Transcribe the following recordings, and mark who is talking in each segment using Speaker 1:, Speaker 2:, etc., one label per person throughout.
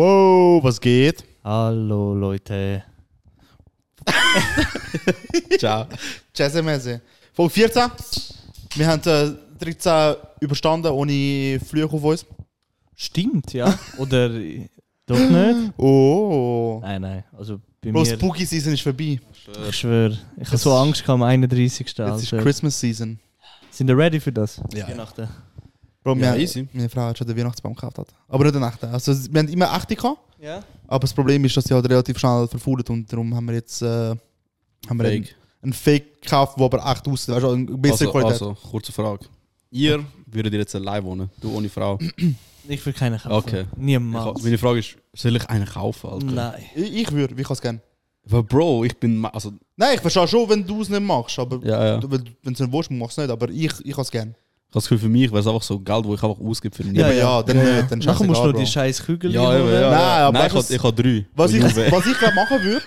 Speaker 1: Wow, was geht?
Speaker 2: Hallo Leute.
Speaker 1: Ciao. Jazzemesse. Folge 14. Wir haben äh, 13 überstanden ohne Flüche auf uns.
Speaker 2: Stimmt, ja. Oder doch nicht?
Speaker 1: Oh.
Speaker 2: Nein, nein. Also bei
Speaker 1: Bro,
Speaker 2: mir,
Speaker 1: Spooky Season ist vorbei.
Speaker 2: ich schwöre, ich habe so Angst gehabt am 31.
Speaker 1: Jetzt ist
Speaker 2: Alter.
Speaker 1: Christmas Season.
Speaker 2: Sind ihr ready für das?
Speaker 1: Ja, ja.
Speaker 2: Weihnachten.
Speaker 1: Bro,
Speaker 3: Ja,
Speaker 1: wir,
Speaker 3: easy.
Speaker 1: meine Frau hat schon den Weihnachtsbaum gekauft. Hat. Aber nicht den echten. Also, wir haben immer echte gehabt,
Speaker 2: Ja.
Speaker 1: aber das Problem ist, dass sie halt relativ schnell verfault und darum haben wir jetzt äh, haben wir
Speaker 3: Fake.
Speaker 1: Einen, einen Fake gekauft, der aber echt aussieht. Also, eine bessere
Speaker 3: Also,
Speaker 1: Qualität.
Speaker 3: also, kurze Frage. Ihr würdet jetzt allein wohnen, du ohne Frau.
Speaker 2: Ich will keine kaufen.
Speaker 3: Okay. Ich,
Speaker 2: Niemals.
Speaker 3: meine Frage ist, soll ich einen kaufen, Alter?
Speaker 2: Nein.
Speaker 1: Ich, ich würde, ich kann es gerne.
Speaker 3: Weil Bro, ich bin, ma- also,
Speaker 1: Nein, ich verstehe schon, wenn du es nicht machst, aber
Speaker 3: ja, ja. Ich habe
Speaker 1: Du- Wenn wenn es nicht willst, machst du es nicht, aber ich, ich kann es gerne.
Speaker 3: das Gefühl, für mich wäre es einfach so Geld, wo ich einfach ausgebe für nichts.
Speaker 1: aber ja, dann nicht, dann
Speaker 2: Nachher musst
Speaker 1: scheißegal,
Speaker 2: du nur die
Speaker 1: Bro.
Speaker 2: scheiß Kügel
Speaker 3: Ja, eben, ja.
Speaker 2: holen.
Speaker 1: Nein, aber
Speaker 3: Nein,
Speaker 1: weißt
Speaker 3: ich habe
Speaker 1: du,
Speaker 3: ich hab drei.
Speaker 1: Was ich,
Speaker 3: Von Juve.
Speaker 1: was ich glaube machen würde,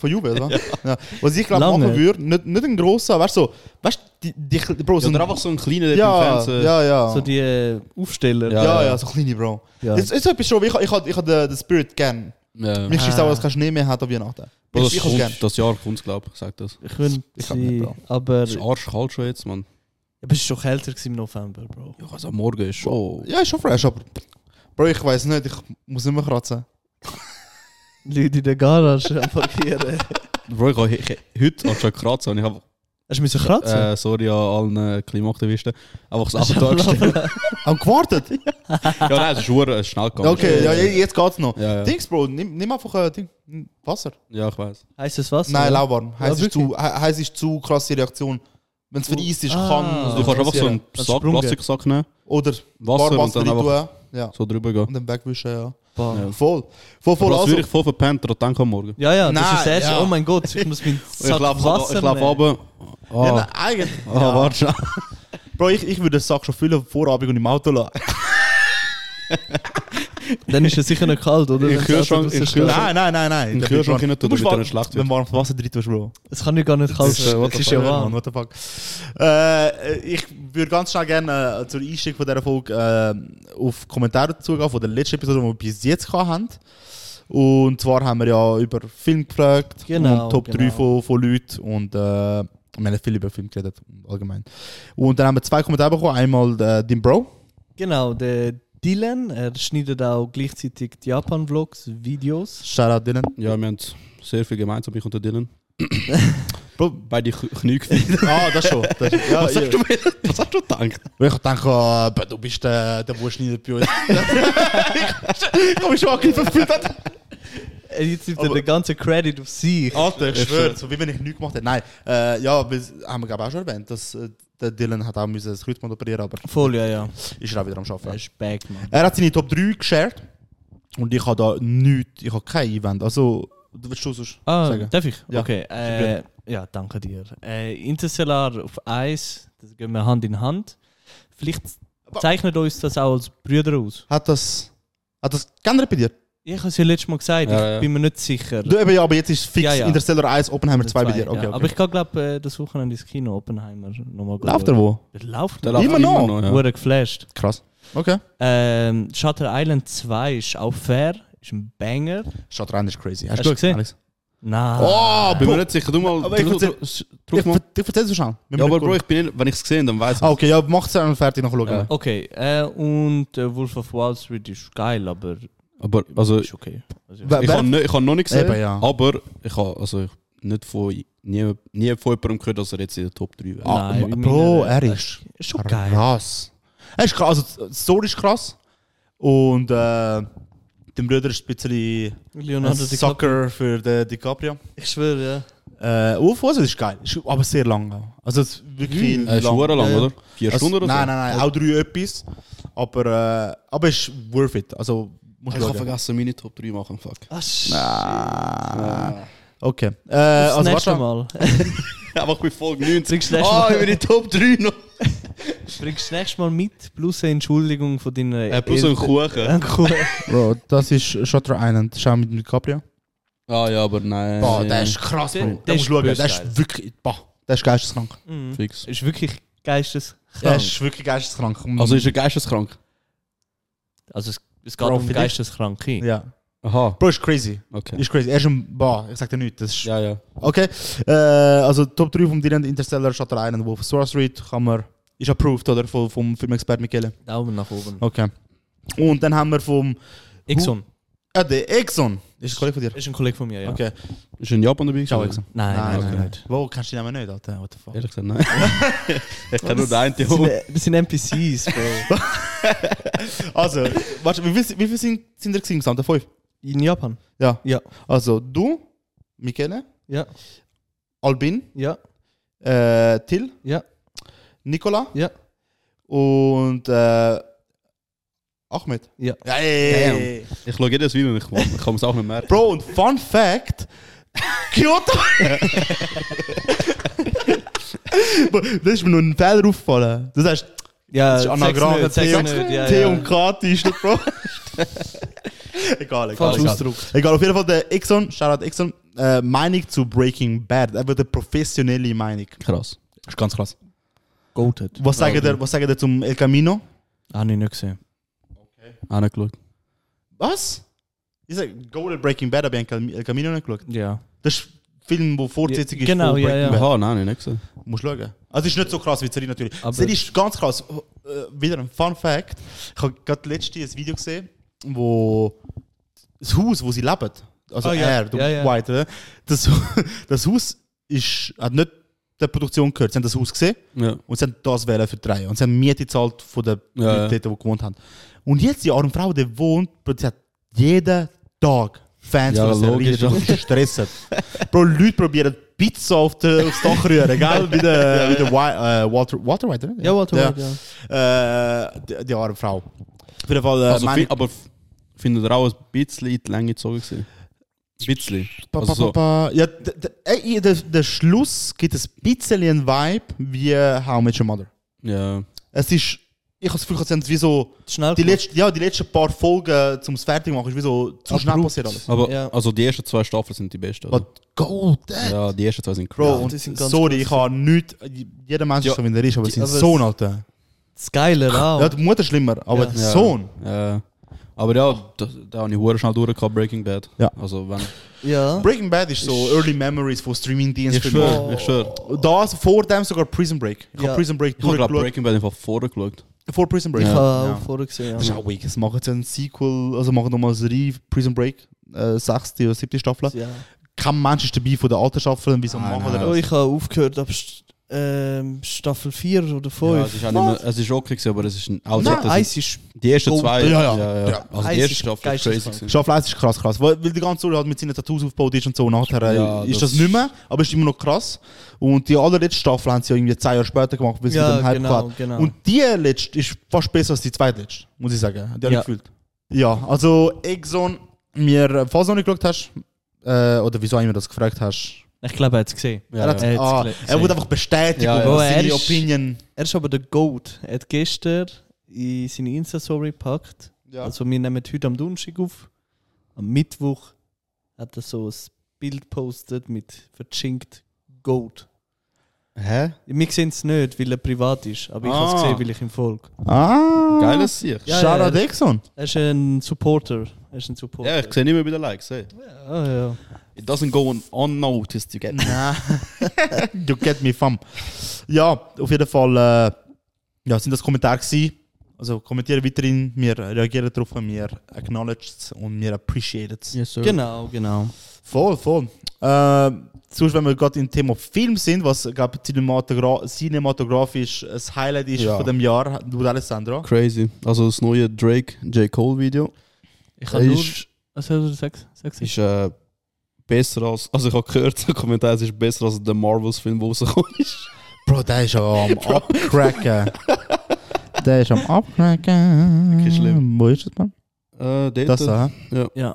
Speaker 1: von Juve, oder? Ja. Was ich glaube
Speaker 2: Lange.
Speaker 1: machen würde, nicht, nicht ein grosser, weißt du, so, weißt du, die, die, Bro,
Speaker 3: Ja,
Speaker 1: so ein-
Speaker 3: Oder einfach so äh, einen kleinen dort im
Speaker 1: ja,
Speaker 3: Fernsehen.
Speaker 1: ja, ja.
Speaker 2: So die äh, Aufsteller.
Speaker 3: Ja.
Speaker 1: ja, ja, so kleine, Bro.
Speaker 2: Ja.
Speaker 1: Ist, ist etwas schon, ich, ich, ich, ich habe den, den Spirit gern.
Speaker 3: Ja.
Speaker 1: Mich schießt
Speaker 2: Ah.
Speaker 1: auch, dass kein Schnee mehr hat auf Weihnachten.
Speaker 3: Bro, das,
Speaker 1: ich ich kann es gerne.
Speaker 3: kommt, das Jahr kommt glaube ich, sagt das.
Speaker 2: Ich wünsche
Speaker 1: Ich hab nicht,
Speaker 2: sie,
Speaker 1: Bro.
Speaker 2: aber
Speaker 3: Es ist arschkalt schon jetzt, Mann.
Speaker 2: aber es ist schon kälter gewesen im November, Bro.
Speaker 3: Ja, also morgen ist schon...
Speaker 1: Ja, ist schon fresh, aber. Bro, ich weiß nicht, ich muss nicht mehr kratzen.
Speaker 2: Leute in der Garage am parkieren.
Speaker 3: Bro, ich, habe- ich, ich, heute anstatt kratzen und ich habe...
Speaker 2: Hast du müssen kratzen?
Speaker 3: Äh, sorry an allen Klimaaktivisten. Einfach das
Speaker 2: Hast du
Speaker 3: Abenteuer gestellt.
Speaker 1: Haben gewartet?
Speaker 3: Ja, nein, es ist hure- es ist schnell gegangen.
Speaker 1: okay, ja, je- jetzt geht's noch.
Speaker 3: eh, Ja, ja.
Speaker 1: Dings, Bro, nimm, nimm einfach äh, Ding, Wasser.
Speaker 3: Ja, ich weiß.
Speaker 1: Ah,
Speaker 2: Heißes Wasser?
Speaker 1: Nein, lauwarm. Heiß
Speaker 2: Ja,
Speaker 1: ist, zu- he- heiß ist zu krasse Reaktion. Wenn es vereist ist,
Speaker 2: Ah.
Speaker 1: kann
Speaker 2: Also
Speaker 3: Also,
Speaker 1: es
Speaker 3: du kannst einfach so
Speaker 1: passieren.
Speaker 3: einen
Speaker 2: Als
Speaker 3: Sack,
Speaker 2: Sprung
Speaker 3: Plastiksack nehmen,
Speaker 1: Oder
Speaker 3: Wasser und
Speaker 1: Warmwasser
Speaker 3: dann einfach
Speaker 1: rein tun. Ja.
Speaker 3: so drüber gehen.
Speaker 1: Und dann wegwischen, ja.
Speaker 2: Bam.
Speaker 3: Ja.
Speaker 1: Voll. Voll, voll.
Speaker 3: Aber das
Speaker 1: Also,
Speaker 3: würde ich voll verpennt, daran denke ich am Morgen.
Speaker 2: Ja, ja, das
Speaker 1: Nein,
Speaker 2: ist das erste.
Speaker 1: ja.
Speaker 2: Oh mein Gott, ich muss meinen
Speaker 3: Ich
Speaker 2: Sack
Speaker 3: laufe
Speaker 2: Wasser nehmen.
Speaker 3: runter.
Speaker 1: ja,
Speaker 3: Ah,
Speaker 1: nein, eigentlich.
Speaker 3: ah, warte schnell.
Speaker 1: Bro, ich, ich würde den Sack schon füllen, Vorabend und im Auto lassen.
Speaker 2: Dann ist es sicher nicht kalt, oder?
Speaker 3: Im
Speaker 2: Wenn's draussen
Speaker 3: Kühlschrank- im
Speaker 2: steht.
Speaker 1: nein,
Speaker 3: Kühlschrank-
Speaker 1: nein, nein, nein.
Speaker 3: Im
Speaker 1: Da
Speaker 3: Kühlschrank
Speaker 1: bin ich dran. Du
Speaker 3: rein tun,
Speaker 1: musst
Speaker 3: damit er
Speaker 1: warm-
Speaker 3: nicht schlecht
Speaker 1: Wenn warmes Wasser drin tust, Bro.
Speaker 2: Es kann ja gar nicht kalt
Speaker 3: ist, äh,
Speaker 2: sein.
Speaker 3: what
Speaker 2: Es
Speaker 3: the
Speaker 2: ist ja
Speaker 1: Mann,
Speaker 2: warm.
Speaker 1: what the fuck. Äh, ich würde ganz schnell gerne äh, zur Einstieg von dieser Folge äh, auf Kommentare zugehen von der letzten Episode, die wir bis jetzt gehabt haben. Und zwar haben wir ja über Film gefragt
Speaker 2: Genau,
Speaker 1: und Top
Speaker 2: genau.
Speaker 1: 3 von, von Leuten und äh, wir haben viel über Film geredet, allgemein. Und dann haben wir zwei Kommentare bekommen, einmal äh, dein Bro.
Speaker 2: Genau, der Dylan, er schneidet auch gleichzeitig die Japan-Vlogs, Videos.
Speaker 1: Shoutout Dylan.
Speaker 3: Ja, wir haben sehr viel gemeinsam, ich und der Dylan.
Speaker 1: Bro,
Speaker 3: Beide Knie- Knie gefickt.
Speaker 1: ah, das schon. Das, schon. ja,
Speaker 3: Was
Speaker 1: ja.
Speaker 3: hast du mir was hast du gedacht?
Speaker 1: Weil ich denke, äh, du bist der, der, der schneidet bei uns. ich habe mich schon angegriffen gefühlt.
Speaker 2: Er Äh, jetzt nimmt er
Speaker 1: Aber-
Speaker 2: den ganzen Credit auf sich.
Speaker 1: Alter, ich
Speaker 3: Ist
Speaker 1: schwöre,
Speaker 3: schön.
Speaker 1: so wie wenn ich nichts gemacht hätte. Nein, äh, ja, weil, haben wir glaube auch schon erwähnt, dass äh, der Dylan hat auch müssen das Kreuzband operieren aber
Speaker 2: Voll, ja, ja.
Speaker 1: ist er auch wieder am Arbeiten.
Speaker 2: Er ist back, Mann.
Speaker 1: Er hat seine Top 3 geshared und ich habe da nichts, ich habe kein Event. Also, du willst du sonst
Speaker 2: Ah,
Speaker 1: sagen?
Speaker 2: darf ich?
Speaker 1: Ja.
Speaker 2: Okay. Äh, ja, danke dir. Äh, Interstellar auf Eis, das gehen wir Hand in Hand. Vielleicht zeichnet uns das auch als Brüder aus.
Speaker 1: Hat das, hat das geändert bei dir?
Speaker 2: Ich habe es ja letztes Mal gesagt,
Speaker 3: Ja,
Speaker 2: ich
Speaker 3: ja.
Speaker 2: bin mir nicht sicher.
Speaker 1: Du, eben, ja, aber jetzt ist fix
Speaker 2: Ja, ja.
Speaker 1: Interstellar 1, Oppenheimer 2 bei
Speaker 2: Zwei,
Speaker 1: dir. Okay,
Speaker 2: ja.
Speaker 1: okay.
Speaker 2: Aber ich glaube, das Wochenende ins Kino Oppenheimer nochmal
Speaker 1: Läuft er wo?
Speaker 2: er? Läuft
Speaker 3: Der
Speaker 2: er?
Speaker 3: läuft
Speaker 1: Immer noch?
Speaker 3: ja.
Speaker 2: Wurde geflasht.
Speaker 1: Krass. Okay.
Speaker 2: Ähm, Shutter Island 2 ist auch fair, ist ein Banger.
Speaker 1: Schaut rein, ist crazy.
Speaker 2: Hast du gesehen?
Speaker 1: Alex?
Speaker 2: Nein.
Speaker 1: Oh,
Speaker 3: Bin
Speaker 1: Bro,
Speaker 3: mir nicht sicher, du mal.
Speaker 1: Aber ich
Speaker 3: dr-
Speaker 1: erzähl-
Speaker 3: dr-
Speaker 1: ich,
Speaker 3: drück mal.
Speaker 1: ver- ich erzähl's so schnell. Wir
Speaker 3: Ja, aber
Speaker 1: müssen
Speaker 3: Bro,
Speaker 1: kurz-
Speaker 3: ich bin nicht, wenn ich es sehe, dann weiß ich
Speaker 1: Ah, okay, ja, mach's dann fertig, nachher schauen
Speaker 3: Ja.
Speaker 1: wir.
Speaker 2: Okay, äh, und äh, Wolf of Wall Street ist geil, aber
Speaker 3: Aber, also,
Speaker 2: ist okay. Also,
Speaker 1: Wer-
Speaker 3: ich
Speaker 1: wer-
Speaker 3: habe ne, ich hab noch nicht gesehen,
Speaker 1: Eben, ja.
Speaker 3: aber ich habe also, ich nicht von, nie, nie von jemandem gehört, dass er jetzt in der Top 3 wäre.
Speaker 1: Ah,
Speaker 2: Nein, in
Speaker 1: Bro,
Speaker 2: meiner- Äh,
Speaker 1: er ist
Speaker 2: ist schon geil.
Speaker 1: krass. Er ist krass, also die Story ist krass. Und äh, dem Bruder ist ein bisschen ein
Speaker 2: Leonardo DiCaprio.
Speaker 1: Sucker für den DiCaprio.
Speaker 2: Ich schwöre, ja.
Speaker 1: Äh, auf, also ist geil, ist aber sehr lang. auch. Also es ist wirklich
Speaker 3: Äh, ist lang, lang,
Speaker 1: Ja, ja.
Speaker 3: oder? Vier
Speaker 1: Also,
Speaker 3: Stunden oder so?
Speaker 1: nein, nein, nein, auch drei etwas. Aber, äh, aber es ist worth it. Also muss
Speaker 3: Ich habe
Speaker 1: schauen.
Speaker 3: vergessen, meine Top 3 machen, fuck.
Speaker 2: Äh,
Speaker 1: Ah,
Speaker 3: Ah.
Speaker 1: okay. Äh,
Speaker 2: Das
Speaker 1: also
Speaker 2: nächste
Speaker 1: warte.
Speaker 2: Mal.
Speaker 3: Aber ich bin Folge 90.
Speaker 2: Bringst du nächstes
Speaker 3: Ah,
Speaker 2: Mal-
Speaker 3: ich bin in die Top 3 noch.
Speaker 2: Bringst du nächstes Mal mit, plus eine Entschuldigung von deinen.
Speaker 3: Äh, plus ein Kuchen.
Speaker 2: Kuchen.
Speaker 1: Bro, das ist Shutter Island. Schau mit dem DiCaprio.
Speaker 3: Ah ja, aber nein.
Speaker 1: Boah, der ist krass,
Speaker 2: Der-
Speaker 1: Bro.
Speaker 2: der
Speaker 1: Der
Speaker 2: ist
Speaker 1: ist schauen, der
Speaker 2: böse
Speaker 1: ist wirklich. Boah, der ist geisteskrank.
Speaker 2: Mhm.
Speaker 3: fix.
Speaker 2: Ist wirklich geisteskrank.
Speaker 3: Mm.
Speaker 1: Er ist wirklich geisteskrank. Mm.
Speaker 3: Also ist er geisteskrank?
Speaker 2: Also es Es geht
Speaker 1: Bro,
Speaker 2: um
Speaker 1: für dich?
Speaker 2: Geisteskranke.
Speaker 1: Ja.
Speaker 3: Aha,
Speaker 1: Bro, ist crazy.
Speaker 3: okay.
Speaker 1: Ist crazy. Er ist ein Bah, ich sag dir nichts. Das ist
Speaker 3: Ja, ja.
Speaker 1: Okay, äh, also Top 3 vom Dylan Interstellar Shutter Island Wolf. Sora Street kann man, ist approved, oder? Vom, vom Filmexperten Michele.
Speaker 2: Daumen nach oben.
Speaker 1: Okay. Und dann haben wir vom.
Speaker 2: Exxon.
Speaker 1: Ah, der Exxon. Ist ein Kollege von dir?
Speaker 2: Ist ein Kollege von mir, ja.
Speaker 1: Okay.
Speaker 3: Ist in Japan dabei?
Speaker 1: Ciao,
Speaker 3: gewesen?
Speaker 1: Exxon.
Speaker 2: Nein, nein,
Speaker 1: okay.
Speaker 2: nein. nein.
Speaker 1: Wow, kennst du den Namen nicht, Alter? What the fuck?
Speaker 3: Ehrlich gesagt, nein. ich kenne nur den einen.
Speaker 2: Das sind,
Speaker 3: Hund.
Speaker 2: das sind NPCs, Bro.
Speaker 1: Also, warte, wie viele wie viel sind, sind da gewesen? Gesamt? Fünf?
Speaker 2: In Japan.
Speaker 1: Ja.
Speaker 2: Ja.
Speaker 1: Also, du, Michele,
Speaker 2: Ja,
Speaker 1: Albin,
Speaker 2: ja,
Speaker 1: äh, Till,
Speaker 2: ja,
Speaker 1: Nicola
Speaker 2: ja.
Speaker 1: und äh, Ahmed.
Speaker 2: Ja.
Speaker 1: ja ey.
Speaker 3: Ich schaue jedes Video, ich, ich kann es auch nicht merken.
Speaker 1: Bro, und Fun Fact: Kyoto! Bro, das ist mir nur ein Fehler aufgefallen. Du sagst, äh,
Speaker 2: Ja,
Speaker 1: das ist Anagramm,
Speaker 2: sag's nicht,
Speaker 1: T und,
Speaker 2: sag's nicht, ja,
Speaker 1: T
Speaker 2: ja.
Speaker 1: und Kati ist nicht Bro. egal, egal.
Speaker 2: Falsch
Speaker 1: Egal.
Speaker 2: ausgedrückt.
Speaker 1: egal, auf jeden Fall der Exxon, Shoutout Exxon, äh, Meinung zu Breaking Bad. Einfach eine professionelle Meinung.
Speaker 3: Krass.
Speaker 1: Ist ganz krass.
Speaker 2: Goated.
Speaker 1: Was sagt ihr, was sagt ihr zum El Camino?
Speaker 2: Habe ich nicht gesehen.
Speaker 3: Auch nicht geschaut.
Speaker 1: Was? Ich sag, Golden Breaking Bad, aber ich habe El Camino nicht geschaut.
Speaker 2: Ja.
Speaker 1: Das ist ein Film, der Fortsetzung ist
Speaker 2: Genau,
Speaker 1: von
Speaker 2: ja,
Speaker 1: Breaking
Speaker 2: ja.
Speaker 1: Bad.
Speaker 3: Aha, nein, ich nicht gesehen.
Speaker 1: Musst schauen. Also ist nicht so krass wie die Serie natürlich.
Speaker 2: Aber-
Speaker 1: die Serie ist ganz krass. Äh, wieder ein Fun Fact. Ich habe gerade letztens ein Video gesehen, wo das Haus, wo sie leben, also
Speaker 2: Ah, ja.
Speaker 1: er, du
Speaker 2: Ja, ja.
Speaker 1: White, oder? das, das Haus ist, hat nicht der Produktion gehört. Sie haben das Haus gesehen
Speaker 3: Ja.
Speaker 1: und sie haben das wählen für drei. Und sie haben Miete gezahlt von den
Speaker 3: Ja,
Speaker 1: Leuten, dort, die gewohnt haben. Und jetzt die arme Frau, die wohnt, Bro, sie hat jeden Tag Fans
Speaker 3: Ja,
Speaker 1: von der
Speaker 3: logisch,
Speaker 1: Serie, die stressen. Bro, Leute probieren Pizza auf den, aufs Dach rühren, gell? Wie der, wie der Wi- äh, Walter, Walter White, oder?
Speaker 2: Ja, Walter White, ja.
Speaker 1: Äh, die, die arme Frau. Auf jeden Fall, äh,
Speaker 3: Also,
Speaker 1: meine-
Speaker 3: fi- aber f- findet ihr auch ein bisschen in die Länge gezogen? gewesen? Ein bisschen.
Speaker 1: Pa,
Speaker 3: Also
Speaker 1: pa, pa,
Speaker 3: so.
Speaker 1: pa. Ja, d- d- ey, der, der Schluss gibt ein bisschen einen Vibe wie How I Met Your Mother.
Speaker 3: Ja.
Speaker 1: Es ist, ich habe das Gefühl, sie haben es wie so
Speaker 2: Schnell
Speaker 1: Die letzten, ja, die letzten paar Folgen zum fertig machen ist wie so zu schnell
Speaker 2: Abrupt.
Speaker 1: passiert alles.
Speaker 3: Aber
Speaker 2: Ja.
Speaker 3: also die ersten zwei Staffeln sind die besten.
Speaker 1: But
Speaker 3: Oder?
Speaker 1: go that.
Speaker 3: Ja, die ersten zwei sind
Speaker 1: Bro,
Speaker 3: cool.
Speaker 1: und
Speaker 2: die sind ganz
Speaker 1: sorry,
Speaker 2: gut.
Speaker 1: ich habe nichts. Jeder Mensch
Speaker 3: Ja.
Speaker 1: ist so, wie er ist, aber
Speaker 2: Die-
Speaker 1: sein
Speaker 2: aber-
Speaker 1: Sohn, Alter.
Speaker 2: Das Geile auch.
Speaker 1: Ja, die Mutter ist schlimmer, aber
Speaker 2: Ja.
Speaker 1: der Sohn.
Speaker 3: Ja. Aber ja, da, da habe ich hure schnell durchgehabt, Breaking Bad.
Speaker 1: Ja.
Speaker 3: Also wenn...
Speaker 2: ja.
Speaker 1: Breaking Bad ist so Early Memories von
Speaker 3: Ich
Speaker 1: Streaming-Diensten.
Speaker 3: schwöre, ich schwöre.
Speaker 1: Das, vor dem sogar Prison Break. Ich
Speaker 2: Ja.
Speaker 1: habe Prison Break
Speaker 3: Ich habe gerade
Speaker 1: durchgeschaut.
Speaker 3: Breaking Bad einfach vorher geschaut.
Speaker 1: Vor Prison Break.
Speaker 2: Ich
Speaker 1: Ja.
Speaker 2: habe
Speaker 1: Ja.
Speaker 2: auch vorher gesehen.
Speaker 1: Das ist
Speaker 2: Ja.
Speaker 1: auch weak. Es machen jetzt ein Sequel, also machen nochmal eine Serie, Prison Break, äh, sechste oder siebte Staffel.
Speaker 2: Ja.
Speaker 1: Kein Mensch ist dabei von der alten Staffel, wieso
Speaker 3: Nein,
Speaker 1: machen
Speaker 3: Ah, nein.
Speaker 1: wir das?
Speaker 2: Oh, ich habe aufgehört ab St ähm, Staffel 4 oder 5.
Speaker 3: Ja, es, ist auch nicht mehr, es ist okay, gewesen, aber es ist... ein- Also,
Speaker 2: Nein,
Speaker 3: das
Speaker 2: Eis ist
Speaker 3: die ersten
Speaker 2: Oh,
Speaker 3: zwei...
Speaker 1: ja, ja. Ja.
Speaker 3: Also
Speaker 2: Eis
Speaker 3: die erste
Speaker 2: ist
Speaker 3: Staffel ist
Speaker 2: geisteskrank.
Speaker 3: crazy. gewesen.
Speaker 1: Schon Fleiß ist krass, krass. Weil, weil die ganze Uhr halt mit seinen Tattoos aufgebaut ist und so. Nachher äh,
Speaker 3: Ja,
Speaker 1: ist
Speaker 3: das-
Speaker 1: das nicht mehr, aber ist immer noch krass. Und die allerletzte Staffel haben sie ja irgendwie zwei Jahre später gemacht, weil sie
Speaker 2: Ja,
Speaker 1: mit dem Hype
Speaker 2: genau,
Speaker 1: gehabt.
Speaker 2: genau.
Speaker 1: Und die letzte ist fast besser als die zweitletzte, muss ich sagen. Die habe
Speaker 2: Ja.
Speaker 1: ich gefühlt. Ja, also Exxon, mir, falls du noch nicht geschaut hast, äh, oder wieso immer das gefragt hast,
Speaker 2: Ich glaube, er hat es gesehen.
Speaker 3: Ja,
Speaker 1: er, hat,
Speaker 3: ja.
Speaker 2: Äh, jetzt
Speaker 1: ah,
Speaker 2: gleich
Speaker 1: er
Speaker 2: gesehen.
Speaker 1: wurde einfach bestätigt,
Speaker 3: Ja,
Speaker 1: ja,
Speaker 3: ja.
Speaker 2: Bro, er
Speaker 1: seine
Speaker 2: ist-
Speaker 1: Opinion.
Speaker 2: Er ist aber der Goat. Er hat gestern in seine Insta-Story gepackt.
Speaker 1: Ja.
Speaker 2: Also wir nehmen heute am Donnerstag auf. Am Mittwoch hat er so ein Bild gepostet mit verzinkt Goat.
Speaker 3: Hä?
Speaker 2: Wir sehen es nicht, weil er privat ist, aber ich
Speaker 3: Ah.
Speaker 2: habe es gesehen, weil ich ihm folge.
Speaker 1: ah,
Speaker 3: Geiles Sieg.
Speaker 2: Ja,
Speaker 1: Shoutout
Speaker 2: ja.
Speaker 1: Exxon.
Speaker 2: Er ist ein Supporter. Er ist ein
Speaker 3: Ja,
Speaker 2: Supporter.
Speaker 3: ich sehe nicht mehr bei den Likes. Hey.
Speaker 2: Ja, ja.
Speaker 3: It doesn't go on unnoticed, you get
Speaker 1: Nein. you get me fam. Ja, auf jeden Fall äh, ja, sind das Kommentare gewesen. Also kommentieren weiterhin, wir reagieren darauf, wir acknowledgen es und wir appreciaten es.
Speaker 3: Yes, sir.
Speaker 2: Genau, genau.
Speaker 1: Voll, voll. Äh, sonst, wenn wir gerade im Thema Film sind, was glaub, cinematogra cinematografisch das Highlight ist
Speaker 3: Ja.
Speaker 1: von dem Jahr, du Alessandro.
Speaker 3: Crazy. Also das neue Drake J. Cole Video
Speaker 2: Ich
Speaker 3: Er
Speaker 2: habe nur...
Speaker 3: ist-
Speaker 2: Was hast du gesagt? Sag's
Speaker 3: ist äh, besser als. Also ich habe gehört, der Kommentar es ist besser als der Marvels-Film, der rausgekommen ist.
Speaker 1: Bro, der ist ja am Abcracken. der ist am Abcracken.
Speaker 3: Okay, schlimm.
Speaker 1: Wo ist das, Mann?
Speaker 3: Äh, dort,
Speaker 1: Das da. hä?
Speaker 2: Ja.
Speaker 3: Ja.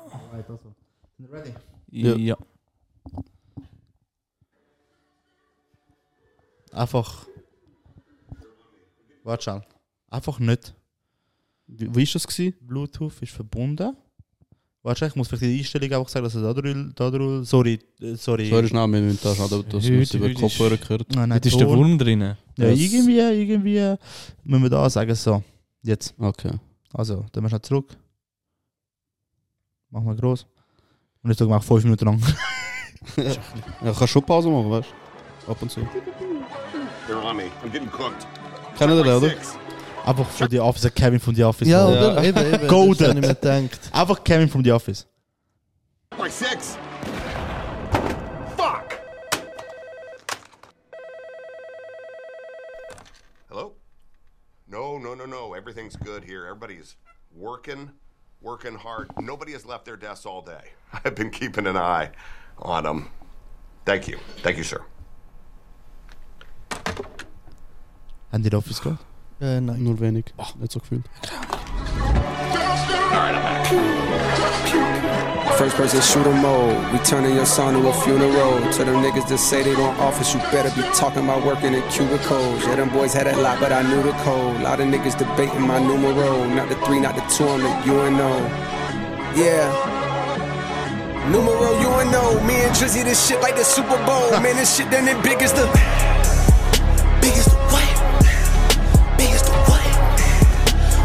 Speaker 2: Ja. ja.
Speaker 1: Einfach. Warte schon. Einfach nicht.
Speaker 3: Wie, wie ist das gewesen?
Speaker 1: Bluetooth ist verbunden. Warte, ich muss vielleicht die Einstellung einfach sagen, dass es da drü- da drü- Sorry, äh, sorry. Ah,
Speaker 3: Sorry, schnell, wir müssen da schnell, dass dass wir es
Speaker 2: Heute-
Speaker 3: über die
Speaker 2: heute
Speaker 3: Kopfhörer gehört.
Speaker 1: Nein, nein,
Speaker 2: Jetzt ist der
Speaker 1: Ton.
Speaker 2: Wurm drin.
Speaker 1: Ja,
Speaker 3: Das-
Speaker 1: irgendwie, irgendwie müssen wir da sagen, so. Jetzt.
Speaker 3: Okay.
Speaker 1: Also, dann machst du zurück. mach mal groß. Und jetzt mach 5 Minuten lang.
Speaker 3: Ja, kannst schon Pause machen, weißt du? Ab und zu.
Speaker 4: They're on me. I'm getting cooked.
Speaker 3: Kennt ihr den, oder?
Speaker 4: Six.
Speaker 1: Einfach von The Office, Kevin von The Office.
Speaker 2: Ja,
Speaker 1: Bro.
Speaker 2: oder? Eben, eben. Das
Speaker 1: Golden.
Speaker 2: hab ich mir gedacht.
Speaker 1: Einfach Kevin von The Office.
Speaker 4: By six. Fuck. Hello? No, no, no, no. Everything's good here. Everybody's working, working hard. Nobody has left their desks all day. I've been keeping an eye on them. Thank you. Thank you, sir.
Speaker 1: Haben die The Office gehört?
Speaker 2: Äh, nein.
Speaker 3: Nur wenig. Ach, Ah. nicht so gefühlt.
Speaker 5: First person shooter mode. We turning your son to a funeral. To them niggas that say they gon' office, you better be talking about working in cubicles. Yeah, them boys had a lot, but I knew the code. Lot of niggas debating my numero. Not the three, not the two, I'm the UNO. Yeah. Numero UNO. Me and Drizzy, this shit like the Super Bowl. Man, this shit done it big as the. Big as the what? Big as the what?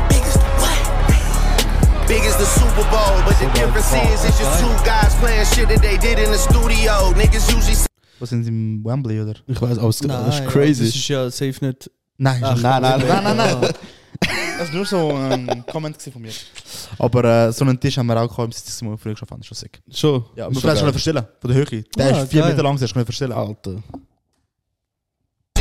Speaker 5: Big as the what?
Speaker 6: Big as the Super Bowl, but the difference is it's just two guys playing shit that they did in the studio. Niggas usually
Speaker 1: Was sind sie im Wembley, oder?
Speaker 3: Ich weiß, aber es
Speaker 2: Nein,
Speaker 3: das ist
Speaker 2: Das
Speaker 3: crazy.
Speaker 2: ist ja safe nicht.
Speaker 1: Nein,
Speaker 2: Ach,
Speaker 1: nein, nein, nein,
Speaker 2: nein,
Speaker 1: nein,
Speaker 2: nein.
Speaker 1: nein. Das war nur so ein Comment von mir. Aber äh, so einen Tisch haben wir auch gehabt im Sitzungsraum, wo ich früher geschafft habe. Das ist schon sick.
Speaker 3: Schon.
Speaker 1: Ja, man
Speaker 3: Ist schon
Speaker 1: kann schon
Speaker 3: geil.
Speaker 1: verstellen, von der Höhe. Der
Speaker 2: Ah,
Speaker 1: ist vier
Speaker 2: geil.
Speaker 1: Meter lang, das kannst du nicht verstellen.
Speaker 3: Alter.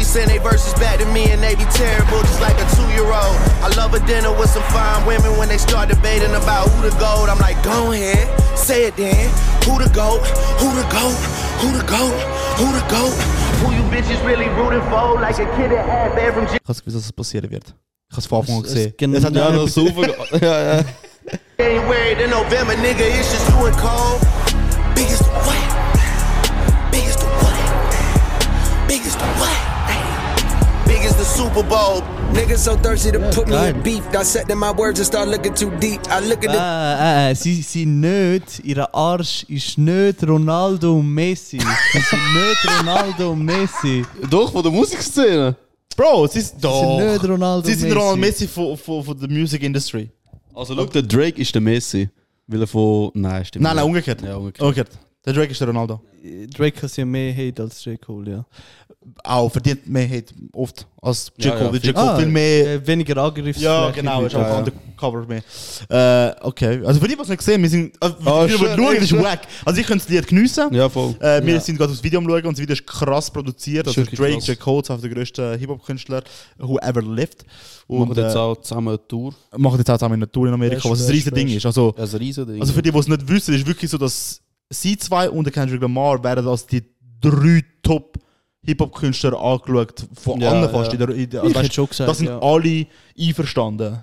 Speaker 6: send they verses back to me and they be terrible, just like a two year old. I love a dinner with some fine women when they start debating about who the gold. I'm like, go ahead, say it then. Who the goat? Who the goat? Who the goat? Who the goat? Who you bitches really rooting for? Like a kid that had bad from
Speaker 1: Ich habe das Gefühl, dass es passieren wird. Ich habe es von Anfang an
Speaker 2: Es- es
Speaker 1: gesehen.
Speaker 2: genau-
Speaker 1: Es hat
Speaker 3: Ja,
Speaker 1: ja,
Speaker 3: das ist super. Ja, ja.
Speaker 6: January to November, nigga, it's just you and Cole.
Speaker 5: Big as the what? Big as the what? Big as the what?
Speaker 6: Big as the Super Bowl.
Speaker 5: Niggas so thirsty to put me
Speaker 2: geil.
Speaker 5: in beef. Dissecting my words and start looking too deep. I look at the
Speaker 7: Äh, äh, sie sind nicht, ihr Arsch ist nicht Ronaldo und Messi. Sie sind nicht Ronaldo und Messi.
Speaker 3: Doch, von der Musikszene.
Speaker 1: Bro, sie sind doch.
Speaker 2: sind nicht Ronaldo
Speaker 1: Sie sind
Speaker 2: Messi.
Speaker 1: Ronald Messi von, von, von der Music Industry.
Speaker 3: Also, schau, der Drake ist der Messi. Weil er von. Nein, stimmt.
Speaker 1: Nein, nein,
Speaker 3: nicht.
Speaker 1: umgekehrt.
Speaker 3: Ja, umgekehrt.
Speaker 1: Umgekehrt. Der Drake ist der Ronaldo.
Speaker 7: Drake hat ja mehr Hate als J. Cole, ja.
Speaker 1: Auch verdient mehr Hate oft als J.
Speaker 3: Ja, ja,
Speaker 1: Cole. weil J.
Speaker 3: viel-
Speaker 1: Cole viel mehr.
Speaker 7: äh, weniger Angriffsfläche.
Speaker 1: Ja, genau, ist
Speaker 7: Ja,
Speaker 1: auch
Speaker 7: ja.
Speaker 1: undercover mehr. Äh, okay. Also für die, die es nicht gesehen haben, wir sind. Äh,
Speaker 3: Ah,
Speaker 1: oh, wir
Speaker 3: schön,
Speaker 1: schauen,
Speaker 3: ey,
Speaker 1: das ist
Speaker 3: schön.
Speaker 1: wack. Also ich könnte das Lied geniessen.
Speaker 3: Ja, voll.
Speaker 1: Äh, wir sind gerade aufs Video am schauen und das Video ist krass produziert.
Speaker 3: Ist
Speaker 1: Also
Speaker 3: wirklich
Speaker 1: Drake,
Speaker 3: krass.
Speaker 1: J. Cole, zwei der grössten Hip-Hop-Künstler, who ever lived. Und
Speaker 3: Machen jetzt
Speaker 1: äh,
Speaker 3: auch zusammen eine Tour.
Speaker 1: machen jetzt auch zusammen eine Tour in Amerika,
Speaker 2: Best,
Speaker 1: was ein
Speaker 2: best,
Speaker 1: riesiges Ding
Speaker 2: best.
Speaker 1: ist. Also,
Speaker 3: Also riesen Ding.
Speaker 1: also für die, die es nicht wissen, ist wirklich so, dass sie zwei und der Kendrick Lamar werden als die drei Top Hip-Hop-Künstler angeschaut, von
Speaker 3: Ja,
Speaker 1: allen fast.
Speaker 3: ja.
Speaker 1: In der, in der,
Speaker 7: Ich
Speaker 1: also,
Speaker 7: hätte
Speaker 1: weißt,
Speaker 7: schon gesagt,
Speaker 1: das sind
Speaker 7: ja.
Speaker 1: alle einverstanden.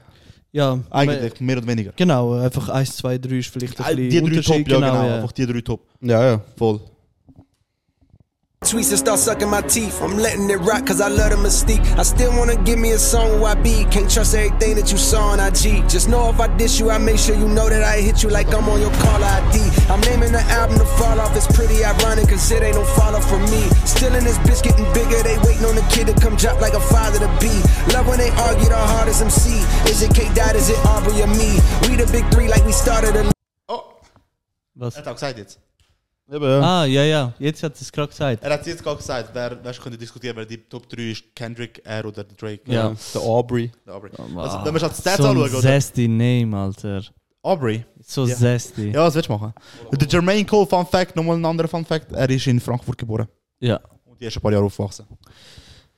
Speaker 7: ja,
Speaker 1: Eigentlich, mehr oder weniger.
Speaker 7: Genau, einfach 1, 2, 3 ist vielleicht ein
Speaker 1: Die
Speaker 7: bisschen
Speaker 1: drei
Speaker 7: Unterschied.
Speaker 1: Top, ja genau,
Speaker 7: ja.
Speaker 1: einfach die drei Top.
Speaker 3: ja, ja.
Speaker 1: Voll.
Speaker 5: Tweets and start sucking my teeth. I'm letting it rock cause I love the mystique. I still wanna give me a song where I be. Can't trust everything that you saw on IG. Just know if I diss you, I make sure you know that I hit you like I'm on your call ID. I'm naming the album to fall off. It's pretty ironic cause it ain't no fall off for me. Still in this bitch getting bigger. They waiting on the kid to come drop like a father to be. Love when they argue the hardest MC. Is it K Dot? Is it Aubrey or me? We the big three like we started a
Speaker 7: Was?
Speaker 1: Oh, Er hat auch gesagt jetzt.
Speaker 3: Eben, ja.
Speaker 7: Ah, ja, ja, jetzt hat sie es gerade gesagt.
Speaker 1: Er hat jetzt gerade gesagt, wer, wer könnte diskutieren, wer die Top 3 ist, Kendrick, er oder der Drake.
Speaker 7: Ja.
Speaker 3: Der Aubrey.
Speaker 1: Der Aubrey. Also, wenn wir schon die Stats
Speaker 7: so ein
Speaker 1: anschauen, oder?
Speaker 7: zesty Name, Alter.
Speaker 1: Aubrey.
Speaker 7: So
Speaker 1: Ja.
Speaker 7: zesty.
Speaker 1: Ja, was willst du machen? Der Jermaine Cole, Fun Fact, nochmal ein anderer Fun Fact, er ist in Frankfurt geboren.
Speaker 7: ja.
Speaker 1: Und die ist ein paar Jahre aufgewachsen.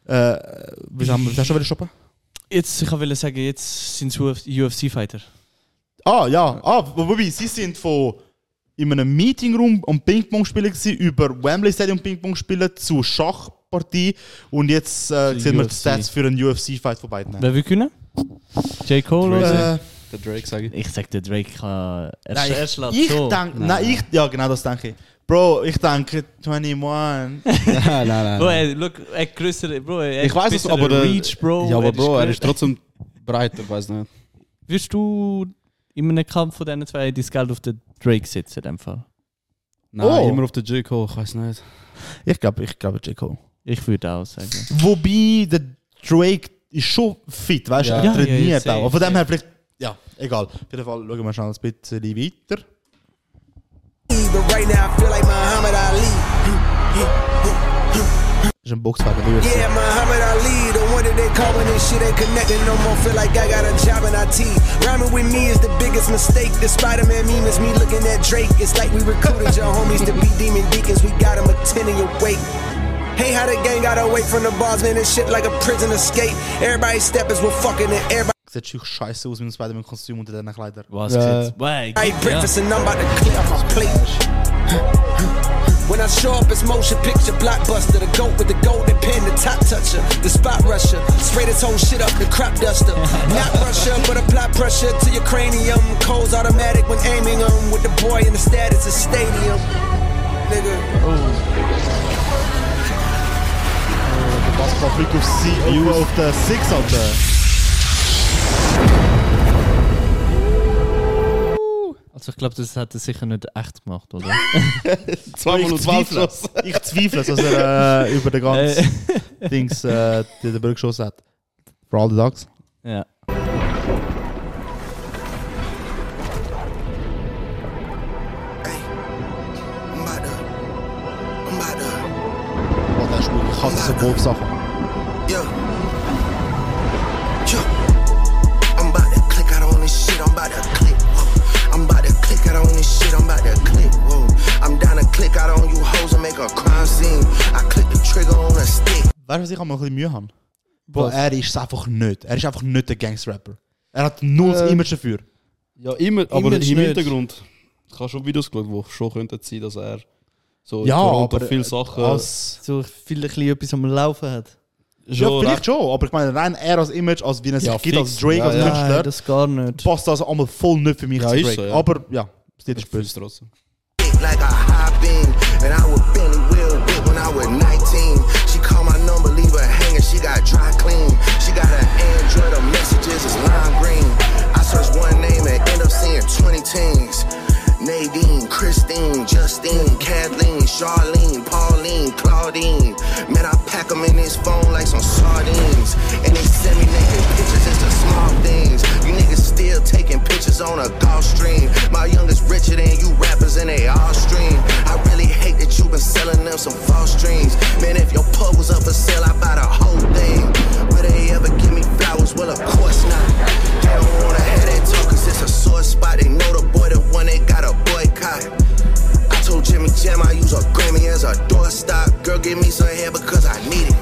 Speaker 1: Äh, was haben wir, was hast du wieder stoppen?
Speaker 7: Jetzt, ich wollte sagen, jetzt sind sie UFC-Fighter.
Speaker 1: Ah, ja. Ah, wo- wobei, sie sind von in einem Meetingraum am Ping-Pong spielen gewesen, über Wembley Stadium Ping-Pong spielen zu Schachpartie und jetzt äh,
Speaker 7: Zu
Speaker 1: sehen wir die
Speaker 7: UFC.
Speaker 1: Stats für einen UFC-Fight von beiden.
Speaker 7: Wer will gewinnen? J. Cole oder?
Speaker 1: Äh,
Speaker 3: Der Drake, sage ich.
Speaker 7: Ich sag, der Drake kann... Er,
Speaker 1: nein,
Speaker 7: sch- er
Speaker 1: ich,
Speaker 7: schlägt
Speaker 1: ich
Speaker 7: so.
Speaker 1: denke, nein. ich, ja genau das denke ich. Bro, ich denke 21.
Speaker 3: nein, nein,
Speaker 7: Bro, er, look, er grösser, Bro, er
Speaker 3: Ich weiß es,
Speaker 7: grösserer
Speaker 3: aber der.
Speaker 7: Reach, Bro.
Speaker 3: Ja, aber Bro, er
Speaker 7: grö-
Speaker 3: ist trotzdem breiter, weiß nicht.
Speaker 7: Würdest du in einem Kampf von diesen zwei dein Geld auf den Drake setzen, in dem Fall?
Speaker 3: Nein,
Speaker 1: Oh.
Speaker 3: immer auf der J.Cole, ich weiß nicht.
Speaker 1: ich glaube, ich glaube J. Cole.
Speaker 7: Ich würde auch sagen.
Speaker 1: Wobei der Drake ist schon fit, weißt du,
Speaker 3: Ja.
Speaker 1: er
Speaker 7: Ja, ja,
Speaker 1: trainiert
Speaker 7: ja,
Speaker 1: auch. Von dem
Speaker 7: safe,
Speaker 1: her vielleicht, ja, egal. Auf jeden Fall schauen wir schnell ein bisschen weiter.
Speaker 6: Right now, I feel like Muhammad
Speaker 5: Hmm,
Speaker 6: Ali.
Speaker 1: ist ein Boxfight in der UFC.
Speaker 6: Yeah, Muhammad Ali, the one that they call when this shit ain't connecting no more. Feel like I got a job in IT. Rhyming with me is the biggest mistake. The Spider Man meme is me looking at Drake. It's like we recruited your homies to be demon deacons. We got 'em attending your wake. Hey, how the gang got away from the bars, man. This shit like a prison escape. Everybody's steppers were fucking and everybody.
Speaker 1: Sieht schon scheiße aus mit dem Spider-Man-Kostüm unter diesen Kleidern.
Speaker 7: Was
Speaker 2: Ja.
Speaker 7: jetzt? Wait, ja.
Speaker 6: I eat breakfast and I'm about to clear up my plate. When I show up, it's motion picture blockbuster. The goat with the golden pin, the top toucher, the spot rusher. Spray this whole shit up, the crop duster. Not Russia, but apply pressure to your cranium. Cold's automatic when aiming 'em with the boy in the status of stadium. Nigga.
Speaker 1: Was kommt wirklich auf sie? Auf der Six, Alter.
Speaker 7: Also ich glaube, das hat er sicher nicht echt gemacht, oder?
Speaker 3: 2 Minuten 12 Schuss.
Speaker 1: Ich zweifle, dass er äh, über den ganzen Dings äh, den Brück geschossen hat. For all the dogs.
Speaker 7: ja.
Speaker 6: I'm about to, I'm about to,
Speaker 1: Boah, der Spiel. Ich hasse so Wurfsachen.
Speaker 6: yeah. Yeah. I'm about to click out on this shit, I'm about to click, whoa. I'm about to click out on this shit, I'm about to click, whoa. I'm down to click out on you hoes and make a crime scene. I click the trigger on a stick.
Speaker 1: Weißt du, was ich einmal ein bisschen Mühe habe? Boah, er ist es einfach nicht. Er ist einfach nicht der Gangster-Rapper. Er hat null das
Speaker 3: Äh.
Speaker 1: Image dafür.
Speaker 3: Ja, immer, aber im
Speaker 2: Image nicht.
Speaker 3: Hintergrund. Ich habe schon Videos geschaut, wo schon könnte sein, dass er so in
Speaker 1: Ja,
Speaker 3: Toronto
Speaker 1: aber,
Speaker 3: viele
Speaker 1: äh,
Speaker 3: Sachen
Speaker 1: Als,
Speaker 2: So viel ein bisschen etwas am Laufen hat.
Speaker 1: ja,
Speaker 3: schon
Speaker 1: vielleicht
Speaker 3: recht-
Speaker 1: schon, aber ich meine, rein er als Image, als wie er sich
Speaker 3: Ja,
Speaker 1: gibt, als
Speaker 3: fix.
Speaker 1: Drake,
Speaker 3: Ja,
Speaker 1: als
Speaker 3: ja.
Speaker 1: Künstler,
Speaker 2: Nein, das gar nicht.
Speaker 1: passt das einmal voll nicht für mich
Speaker 3: Ja,
Speaker 1: zu
Speaker 3: ist
Speaker 1: Drake.
Speaker 3: so, ja.
Speaker 1: Aber ja, das ist
Speaker 3: Ich
Speaker 1: böse.
Speaker 3: fühl's trotzdem.
Speaker 6: dick like a high beam. And I would Benny Will whip when I was 19. She called my number, leave her hanging. She got dry clean. She got an Android, her messages is lime green. I search one name and end up seeing 20 teens. Nadine, Christine, Justine, Kathleen, Charlene, Pauline, Claudine. Man, I pack them in this phone like some sardines. And they send me naked pictures, it's the small things. You niggas still taking pictures on a golf stream. My youngest richer than you rappers and they all stream. I really hate that you been selling them some false dreams. Man, if your pub was up for sale, I'd buy the whole thing. Will they ever give me flowers? Well, of course not. They don't wanna hear that talk cause it's a sore spot. They know the boy, the one they got a boycott. I told Jimmy Jam I use a Grammy as a doorstop. Girl, give me some hair because I need it.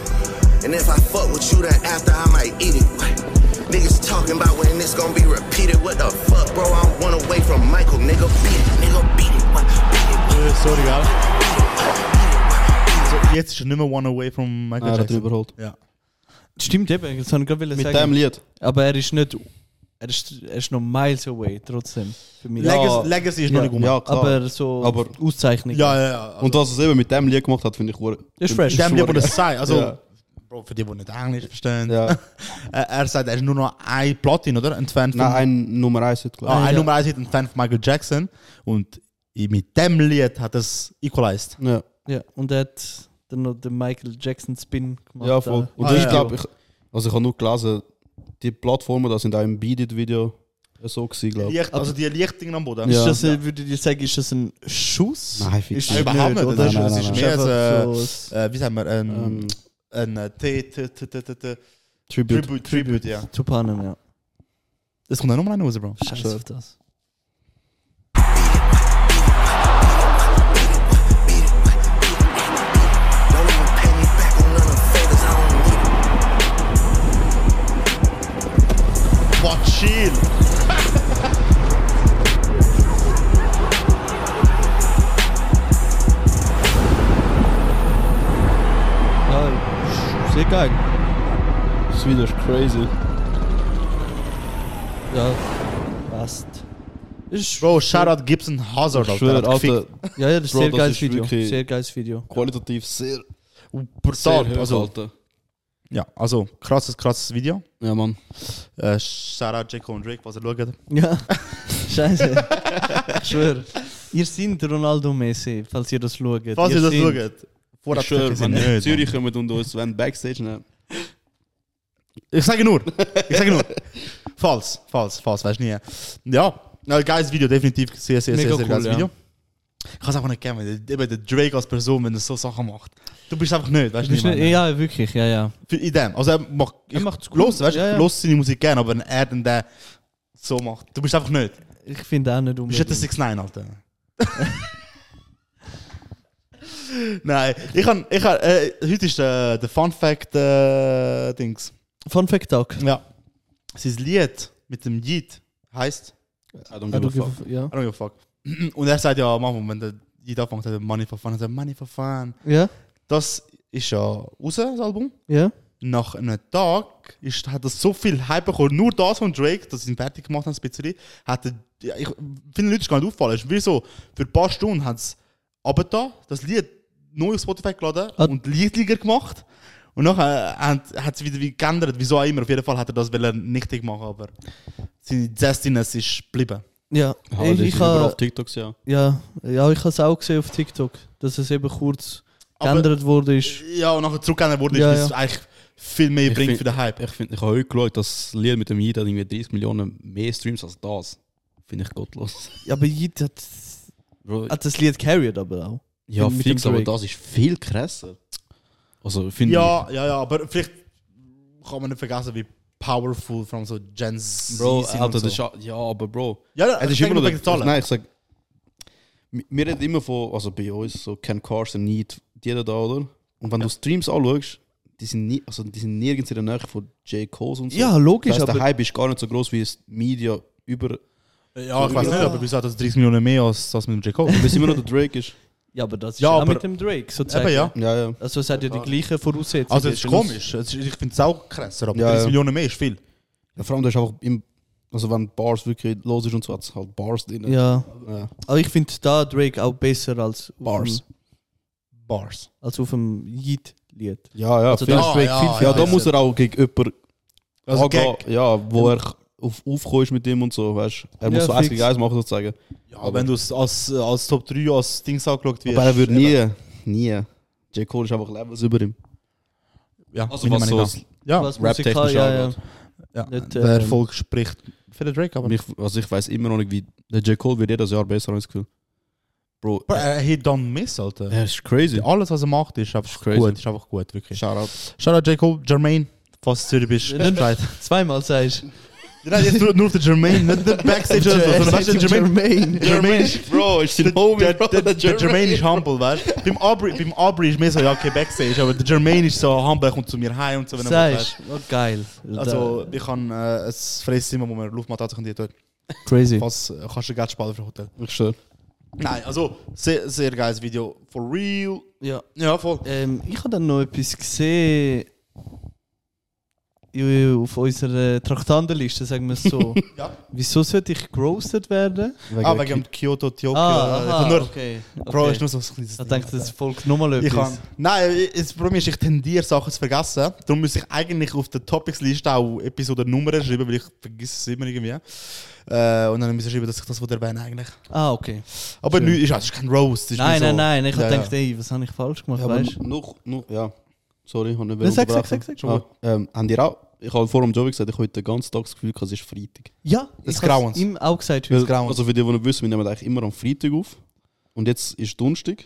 Speaker 6: And if I fuck with you, then after I might eat it. What? Niggas talking about when this gonna be repeated. What the fuck, bro? I'm one away from Michael. Nigga, beat it. Nigga, beat it. What? Beat it. What?
Speaker 1: Äh, Sorry, gell?
Speaker 6: Beat it. What?
Speaker 1: So, jetzt ist er nicht mehr One Away from Michael
Speaker 3: Nein, er hat ihn
Speaker 1: Jackson.
Speaker 3: überholt.
Speaker 1: Ja.
Speaker 7: Stimmt eben, das habe ich gerade
Speaker 3: Mit
Speaker 7: sagen.
Speaker 3: dem Lied.
Speaker 7: Aber er ist nicht. Er ist, er ist noch miles away, trotzdem. Für mich.
Speaker 1: Legacy, Legacy ist noch nicht gut.
Speaker 3: Ja, klar.
Speaker 7: aber so
Speaker 3: Aber-
Speaker 7: Auszeichnung.
Speaker 1: ja, ja. ja. Also,
Speaker 3: und was er eben mit dem Lied gemacht hat, finde ich ur-
Speaker 7: Ist
Speaker 3: finde
Speaker 7: fresh.
Speaker 3: ich
Speaker 1: dem,
Speaker 3: ur-
Speaker 1: die, die das sagen, also
Speaker 3: Ja.
Speaker 1: Bro, für die, die nicht Englisch verstehen,
Speaker 3: Ja.
Speaker 1: äh, er sagt, er ist nur noch ein Platin, oder? Ein Fan von,
Speaker 3: Nein, ein Nummer 1 hat
Speaker 1: ah,
Speaker 3: glaube
Speaker 1: ein Nummer 1 Hit, ein Fan von Michael Jackson. Und mit dem Lied hat er es equalized.
Speaker 3: ich. Ja.
Speaker 7: ja. Und er hat dann noch den Michael Jackson Spin gemacht.
Speaker 3: ja, voll.
Speaker 7: da.
Speaker 3: Und
Speaker 1: Ah,
Speaker 3: ich
Speaker 1: ja.
Speaker 3: glaube, ich, also ich habe nur gelesen, die Plattformen, das sind auch im Beaded-Video so gewesen, glaube ich.
Speaker 1: Licht, also die Lichtdingen am Boden.
Speaker 7: Ist
Speaker 3: Ja.
Speaker 7: das, äh, würde ich dir sagen, ist das ein Schuss?
Speaker 3: Nein,
Speaker 7: ist
Speaker 3: fix
Speaker 1: Nein,
Speaker 7: es
Speaker 1: überhaupt nicht,
Speaker 7: oder?
Speaker 1: oder?
Speaker 3: Nein,
Speaker 1: es
Speaker 3: nein,
Speaker 1: ist
Speaker 3: nein,
Speaker 1: mehr
Speaker 7: einfach
Speaker 1: ein,
Speaker 7: so
Speaker 1: äh, wie sagen wir, ein,
Speaker 3: Ähm,
Speaker 1: ein äh, T, T, T, T, T, T,
Speaker 3: Tribute.
Speaker 1: Tribute, Tribute, ja.
Speaker 7: ein Tupanen, ja.
Speaker 1: Es kommt auch nochmal einer raus, Bro.
Speaker 7: Scheiß auf das.
Speaker 6: Don't even pay me back on none of the favors I don't need. it.
Speaker 1: Boah, chill!
Speaker 2: Ja, ist sehr geil.
Speaker 3: Das Video ist crazy.
Speaker 2: Ja, passt.
Speaker 7: Ist,
Speaker 1: Bro, Shoutout Gibson Hazard,
Speaker 3: Ich
Speaker 1: Alter. der hat
Speaker 3: schwöre,
Speaker 1: gefickt.
Speaker 3: Alter,
Speaker 2: Ja, ja, das ist
Speaker 3: Bro,
Speaker 2: sehr
Speaker 3: das
Speaker 2: geiles
Speaker 3: ist
Speaker 2: Video.
Speaker 3: wirklich-
Speaker 2: Sehr geiles Video.
Speaker 3: qualitativ sehr, sehr
Speaker 1: Oh, Brutal.
Speaker 3: hoch,
Speaker 1: Also,
Speaker 3: Alter.
Speaker 1: ja, also, krasses, krasses Video.
Speaker 3: Ja, Mann.
Speaker 1: Äh, Shoutout Jaco und Drake, was ihr schaut.
Speaker 7: Ja, scheiße. ich schwöre. Ihr seid Ronaldo-mäßig, falls ihr das schaut.
Speaker 1: Falls ihr das
Speaker 7: seid-
Speaker 1: schaut.
Speaker 3: Ich
Speaker 1: Vorab
Speaker 3: schwöre,
Speaker 1: sind
Speaker 3: wenn
Speaker 1: nicht,
Speaker 3: die
Speaker 1: Mann.
Speaker 3: Zürich kommen und uns wenn Backstage nehmen.
Speaker 1: Ich sage nur. Ich sage nur. falls, falls, falls, weißt du nie. Ja, ein geiles Nou, Video, definitiv. Sehr, sehr,
Speaker 7: Mega
Speaker 1: sehr, sehr
Speaker 7: cool,
Speaker 1: geiles
Speaker 7: ja.
Speaker 1: Video. Ich kann es einfach nicht geben. wenn der- Eben der Drake als Person, wenn er so Sachen macht. Du bist einfach nicht, weißt du?
Speaker 2: Bist
Speaker 1: was ich
Speaker 2: nicht,
Speaker 1: meine?
Speaker 2: ja, wirklich, ja, ja.
Speaker 1: Für- In dem. Also er macht, ich
Speaker 2: macht's gut.
Speaker 1: los, weißt du?
Speaker 2: Ja, ja.
Speaker 1: Ich los seine Musik gerne, aber wenn er dann den so macht, du bist einfach nicht. Du
Speaker 2: Ich finde auch nicht
Speaker 1: bist nicht der
Speaker 2: unbedingt.
Speaker 1: 6 9 Alter. Nein, ich kann, ich kann, äh, heute ist äh, der Fun Fact äh, Dings.
Speaker 2: Fun Fact Tag.
Speaker 1: Ja. Sein Lied mit dem Yeet heißt
Speaker 3: I don't give a fuck.
Speaker 2: Ja.
Speaker 1: I don't give a fuck. Und er sagt ja, Mann, wenn der Yeet anfängt, hat er Money for Fun, hat er sagt, Money for Fun.
Speaker 2: Ja.
Speaker 1: Das ist ja raus, das Album.
Speaker 2: Ja.
Speaker 1: Nach einem Tag ist, hat das so viel Hype bekommen, nur das von Drake, das sie ihn fertig gemacht haben, ein bisschen, hat er, ja, ich, vielen Leuten ist gar nicht auffallen. Es ist wie so, für ein paar Stunden hat es runtergetan, das Lied neu auf Spotify geladen
Speaker 2: Ah.
Speaker 1: und Liedliger gemacht. Und nachher äh, hat es wieder wie geändert, wieso auch immer. Auf jeden Fall hat er das wollen nichtig machen, aber seine Zestiness ist geblieben.
Speaker 2: Ja.
Speaker 3: Ja,
Speaker 2: Ich, ich
Speaker 3: das ist überall
Speaker 2: habe
Speaker 3: auf TikTok, ja.
Speaker 2: ja, ja, ich habe es auch gesehen auf TikTok, dass es eben kurz
Speaker 1: Aber-
Speaker 2: geändert wurde ist.
Speaker 1: Ja, und nachher zurückgeändert wurde,
Speaker 2: Ja,
Speaker 1: ist es
Speaker 2: ja.
Speaker 1: eigentlich viel mehr bringt für den Hype.
Speaker 3: Ich finde, ich habe heute geschaut, dass das Lied mit dem Jid hat irgendwie 30 Millionen mehr Streams als das. Finde ich gottlos.
Speaker 2: Ja, aber Yeet hat,
Speaker 3: Bro,
Speaker 2: hat das Lied carried aber auch.
Speaker 3: ja,
Speaker 2: mit
Speaker 3: fix,
Speaker 2: dem
Speaker 3: aber
Speaker 2: Drake.
Speaker 3: das ist viel krasser. Also, finde
Speaker 1: Ja, ja, ja, aber vielleicht kann man nicht vergessen, wie powerful vor allem so Gen
Speaker 3: ich.
Speaker 1: Z
Speaker 3: Bro,
Speaker 1: sind
Speaker 3: Alter,
Speaker 1: und so.
Speaker 3: das ist, ja- ja, aber Bro.
Speaker 1: Ja, ja,
Speaker 3: Es
Speaker 1: ich
Speaker 3: ist
Speaker 1: denke
Speaker 3: immer noch
Speaker 1: wegen
Speaker 3: der,
Speaker 1: den Zahlen.
Speaker 3: Nein, ich sag, wir wir reden immer von, also bei uns, so Ken Carson, Need, jeder da, oder? Und wenn du Streams anschaust, die sind, nie, also die sind nirgends in der Nähe von J. Coles und so.
Speaker 2: Ja, logisch,
Speaker 3: Das heißt, der
Speaker 2: aber-
Speaker 3: Hype ist gar nicht so groß, wie es die Media über.
Speaker 1: Ja, ich weiß nicht, aber wieso hat das 30 Millionen mehr als das mit dem J. Cole?
Speaker 3: Weil es immer noch der Drake ist.
Speaker 2: Ja, aber das ist
Speaker 1: Ja,
Speaker 2: ja, auch
Speaker 1: aber-
Speaker 2: mit dem Drake sozusagen.
Speaker 1: Eben, ja.
Speaker 3: Ja, ja.
Speaker 2: Also es hat ja die gleichen Voraussetzungen.
Speaker 1: Also, es ist
Speaker 2: Wenn du-
Speaker 1: komisch. Es ist, ich finde es auch krasser, aber
Speaker 3: Ja,
Speaker 1: 30
Speaker 3: ja.
Speaker 1: Millionen mehr ist viel.
Speaker 3: ja vor allem, da ist einfach im. Also, wenn Bars wirklich los ist und so, hat es halt Bars drin.
Speaker 2: Ja,
Speaker 3: Ja.
Speaker 2: aber ich finde da Drake auch besser als auf
Speaker 3: Bars.
Speaker 2: Dem,
Speaker 1: Hm. Bars.
Speaker 2: als auf dem Yeet-Lied.
Speaker 3: Ja, ja.
Speaker 2: Also
Speaker 3: viel-
Speaker 2: da
Speaker 1: ja,
Speaker 2: ist Drake
Speaker 1: ja,
Speaker 2: viel,
Speaker 1: ja,
Speaker 2: viel
Speaker 3: ja, da
Speaker 2: besser.
Speaker 3: muss er auch gegen jemanden
Speaker 1: Also,
Speaker 3: angehen,
Speaker 1: Gag.
Speaker 3: ja, wo er auf, aufgekommen ist mit ihm und so, weißt du. Er muss
Speaker 2: Ja,
Speaker 3: so eins
Speaker 2: fix.
Speaker 3: gegen eins machen, sozusagen.
Speaker 1: Ja, aber wenn du es als, als Top 3 als Dings angeschaut wirst.
Speaker 3: Aber er würde nie, nie. J. Cole ist einfach Levels über ihm.
Speaker 1: Ja,
Speaker 3: Also
Speaker 1: meiner
Speaker 3: was
Speaker 1: Meinung
Speaker 3: so-
Speaker 1: nach. Ja,
Speaker 2: Was
Speaker 3: Rap
Speaker 2: musikal-
Speaker 3: technisch
Speaker 2: ja, ja.
Speaker 3: auch
Speaker 1: ja.
Speaker 2: nicht,
Speaker 1: der
Speaker 2: ähm,
Speaker 1: Erfolg spricht für den Drake, aber.
Speaker 3: Mich, also ich weiß immer noch nicht, wie. Der J. Cole wird jedes Jahr besser, habe ich das Gefühl. Bro,
Speaker 1: Bro, er hat dann Miss, Alter.
Speaker 3: er ist crazy.
Speaker 1: Alles, was er macht, ist einfach
Speaker 3: Crazy.
Speaker 1: gut. Ist einfach gut, wirklich.
Speaker 3: Shoutout.
Speaker 1: Shoutout Jacob, Jermaine, falls du Zürich bist.
Speaker 2: Wenn
Speaker 1: Bescheid.
Speaker 2: du zweimal sagst.
Speaker 1: Nein, jetzt nur, nur auf den Jermaine, nicht den Backstage oder so, sondern weißt du, der Jermaine.
Speaker 2: Jermaine.
Speaker 1: Jermaine ist,
Speaker 3: Bro, ist
Speaker 1: der, der, der, der, Jermaine ist humble, weißt du? Beim Aubrey, beim Aubrey ist mehr so, ja, okay, Backstage, aber der Jermaine ist so humble, er kommt zu mir heim und so, wenn er will,
Speaker 2: Sagst. Oh, geil.
Speaker 1: weißt. Also, ich kann äh, ein Fresszimmer, wo man Luftmatratze kann, die dort.
Speaker 2: crazy.
Speaker 1: Falls äh, kannst du Geld sparen für ein Hotel.
Speaker 3: Ich schwör.
Speaker 2: Ah,
Speaker 1: Nein, also, sehr, sehr geiles Video. For real.
Speaker 2: Ja.
Speaker 1: Ja, voll.
Speaker 2: Ähm, ich habe dann noch etwas gesehen Ja, auf unserer Traktandenliste, sagen wir es so.
Speaker 1: Ja.
Speaker 2: Wieso sollte ich gerostet werden?
Speaker 1: Ah, wegen dem Kyoto, Tokyo.
Speaker 2: Ah,
Speaker 1: äh,
Speaker 2: aha,
Speaker 1: nur,
Speaker 2: okay. okay.
Speaker 1: Bro, ist nur so ein kleines
Speaker 2: ich
Speaker 1: Ding.
Speaker 2: dachte, das folgt nochmal
Speaker 1: Ich
Speaker 2: etwas.
Speaker 1: kann, nein, ich- das Problem ist, ich tendiere Sachen zu vergessen. Darum muss ich eigentlich auf der Topics-Liste auch etwas oder Nummern schreiben, weil ich vergesse es immer irgendwie. Äh, und dann muss ich schreiben, dass ich das wieder erwähne eigentlich.
Speaker 2: Ah, okay.
Speaker 1: Aber nicht, ist, also, ist kein Roast. Ist
Speaker 2: Nein,
Speaker 1: nur so.
Speaker 2: nein, nein. Ich
Speaker 1: Ja,
Speaker 2: habe
Speaker 1: ja.
Speaker 2: gedacht, ey, was habe ich falsch gemacht,
Speaker 3: Ja, aber
Speaker 2: weißt du?
Speaker 3: noch, noch, ja. Sorry, ich habe nicht
Speaker 2: Nein, sag,
Speaker 3: unterbrechen.
Speaker 2: sag, sag, sag.
Speaker 3: Ah, ähm, habt ihr auch, ich habe vor dem Job gesagt, ich habe heute den ganzen Tag das Gefühl, gehabt, es ist Freitag.
Speaker 2: Ja,
Speaker 1: Des
Speaker 2: ich habe
Speaker 1: Grauens.
Speaker 2: es ihm auch gesagt
Speaker 3: Weil-
Speaker 2: heute.
Speaker 1: Grauen.
Speaker 3: Also für die, die nicht wissen, wir nehmen eigentlich immer am Freitag auf. Und jetzt ist Donnerstag.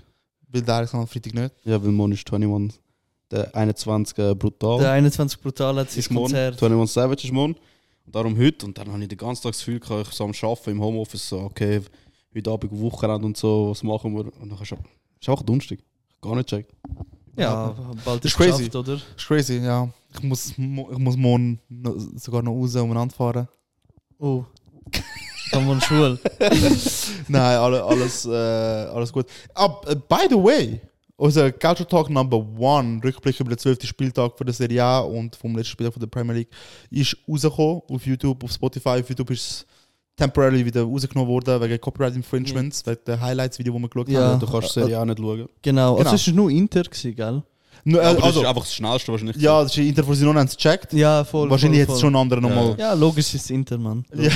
Speaker 1: Weil der ist am Freitag nicht.
Speaker 3: Ja, weil morgen ist 21, der 21 äh, brutal.
Speaker 2: Der 21 Brutal hat sein
Speaker 3: ist morgen.
Speaker 2: Konzert.
Speaker 3: 21 Savage ist morgen. Und darum heute. Und dann habe ich den ganzen Tag das Gefühl, gehabt, ich so am Arbeiten im Homeoffice, so, okay, heute Abend Wochenende und so, was machen wir? Und dann ist es einfach Donnerstag. Gar nicht check.
Speaker 2: Ja, bald ist
Speaker 1: Ist crazy.
Speaker 2: geschafft, oder?
Speaker 1: Ist crazy, ja. Ich muss, mo- ich muss morgen noch, sogar noch raus umeinander fahren.
Speaker 2: Oh. Kann man schwul.
Speaker 1: nein, alle, alles, äh, alles gut. Ab, äh, by the way, unser Culture Talk Number One, Rückblick über den 12. Spieltag von der Serie A und vom letzten Spieltag von der Premier League, ist rausgekommen auf YouTube, auf Spotify. Auf YouTube ist es temporarily wieder rausgenommen worden wegen Copyright Infringements, wegen der Highlights-Video, die wir geschaut
Speaker 2: Ja.
Speaker 1: haben.
Speaker 3: Du kannst die Serie auch nicht schauen.
Speaker 2: Genau.
Speaker 1: Genau.
Speaker 2: Also es war nur Inter, gewesen, gell?
Speaker 1: Nur, äh,
Speaker 3: Aber das
Speaker 1: also,
Speaker 3: ist einfach das Schnellste wahrscheinlich.
Speaker 1: ja, das ist in Interfusion, haben sie gecheckt.
Speaker 2: Ja, voll.
Speaker 1: Wahrscheinlich
Speaker 2: voll,
Speaker 1: jetzt schon andere nochmal.
Speaker 2: Ja, logisch ist es Inter, Mann.
Speaker 1: Ja.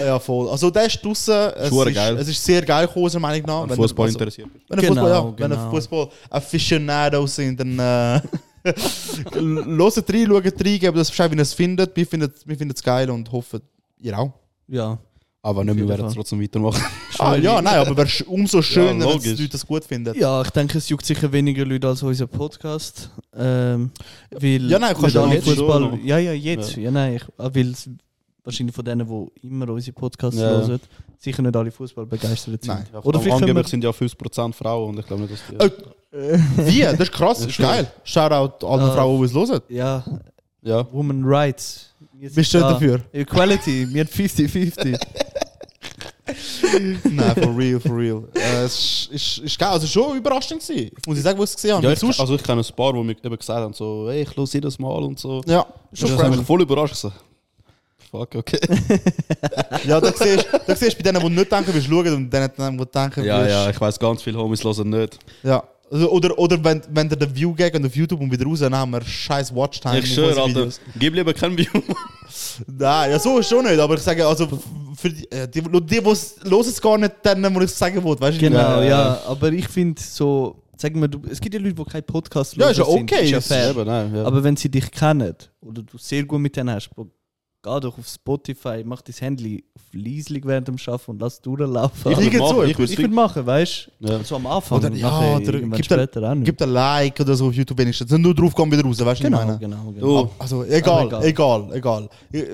Speaker 1: Ja. voll. Also der ist draußen. Es,
Speaker 3: Schwer
Speaker 1: ist-
Speaker 3: geil.
Speaker 1: es ist sehr geil gekommen, unserer Meinung nach.
Speaker 3: Wenn
Speaker 1: Wenn-
Speaker 3: Fußball
Speaker 1: also-
Speaker 3: interessiert bist.
Speaker 1: Wenn ihr
Speaker 2: Genau,
Speaker 1: Fußball, ja, wenn ihr
Speaker 2: genau.
Speaker 1: Fußball Aficionados sind, dann äh, loset rein, schaut rein, gebt das Bescheid, wie ihr es findet. Wir finden es geil und hoffen, ihr auch.
Speaker 2: Ja.
Speaker 3: Aber Ah, nicht, wir
Speaker 7: jeden
Speaker 3: werden
Speaker 7: Fall.
Speaker 3: trotzdem weitermachen.
Speaker 1: Ah, ja, nein, aber wär's umso schöner, wenn die
Speaker 3: logisch.
Speaker 1: Leute das gut finden.
Speaker 2: Ja, ich denke, es juckt sicher weniger Leute als unser Podcast. Ähm, weil
Speaker 1: Ja, nein, kannst
Speaker 2: wir
Speaker 1: du
Speaker 2: da
Speaker 1: jetzt
Speaker 3: schon
Speaker 2: Fußball.
Speaker 3: noch.
Speaker 2: Ja, ja, jetzt. Ja, nein, ich, ah, weil es wahrscheinlich von denen, die immer unsere Podcasts
Speaker 3: Ja.
Speaker 2: hören, sicher nicht alle Fußball begeistert sind.
Speaker 1: Nein.
Speaker 2: Oder vielleicht können
Speaker 3: angeblich
Speaker 2: wir,
Speaker 3: sind ja 50% Frauen und ich glaube nicht, dass die.
Speaker 1: Äh, Wie? Das ist krass, das ist geil. Shoutout allen
Speaker 2: Ah.
Speaker 1: Frauen, die es hören.
Speaker 2: ja,
Speaker 3: ja.
Speaker 2: Women Rights. Wir
Speaker 1: Bist du
Speaker 2: sind da.
Speaker 1: dafür?
Speaker 2: Equality, wir haben 50-50.
Speaker 1: Nein, for real, for real. Äh, es ist, ist, ist geil, also schon überraschend gewesen. Muss ich sagen, was ich gesehen habe.
Speaker 3: Ja,
Speaker 1: Weil
Speaker 3: ich,
Speaker 1: sonst-
Speaker 3: also ich kenne ein paar, die mir eben gesagt haben, so, hey, ich höre jedes Mal und so.
Speaker 1: ja, schon
Speaker 3: das hat mich
Speaker 1: fresh.
Speaker 3: voll überrascht. Ich so, Fuck, okay.
Speaker 1: Ja, da siehst da siehst du bei denen, die nicht denken, bist schauen und denen, die denken,
Speaker 3: ja,
Speaker 1: bist-
Speaker 3: ja, ich weiß ganz viele Homies hören nicht.
Speaker 1: ja. Also, oder, oder wenn, wenn der den View geht und auf YouTube und wieder raus, dann haben wir scheiß Watchtime.
Speaker 3: ich
Speaker 1: auf
Speaker 3: schwöre,
Speaker 1: unsere
Speaker 3: Alter,
Speaker 1: Videos.
Speaker 3: gib lieber kein View.
Speaker 1: Nein, ja, so ist schon nicht, aber ich sage, also f- für die, äh, die, die, die es hören es gar nicht, dann muss ich es sagen, wo, weißt du?
Speaker 2: genau,
Speaker 3: Ja, ja.
Speaker 2: ja. Aber ich finde so, sagen wir, du, es gibt ja Leute, die keinen Podcast
Speaker 1: Ja, ist ja
Speaker 2: hören sind,
Speaker 1: okay,
Speaker 2: Ist ja
Speaker 1: es ist
Speaker 2: fair.
Speaker 3: Eben, nein, ja.
Speaker 2: Aber wenn sie dich kennen oder du sehr gut mit denen hast, Bro, geh doch auf Spotify, mach dein Handy auf leislig während dem Schaffen und lass durchlaufen.
Speaker 1: Ich-
Speaker 2: Ich,
Speaker 1: liege zu,
Speaker 3: machen, ich
Speaker 2: ich würde
Speaker 3: würde
Speaker 2: machen, weißt du?
Speaker 3: Ja.
Speaker 2: So am Anfang.
Speaker 1: Oder-
Speaker 2: und
Speaker 1: ja,
Speaker 2: nachher
Speaker 1: oder
Speaker 2: irgendwann
Speaker 1: gib da-
Speaker 2: später auch nicht.
Speaker 1: Gib ein Like oder so auf YouTube wenigstens. Dann nur drauf gehen wieder raus, weißt du? was ich
Speaker 2: genau,
Speaker 1: meine?
Speaker 2: genau, genau.
Speaker 3: Oh,
Speaker 1: Also egal,
Speaker 2: Aber
Speaker 1: egal, egal. Äh,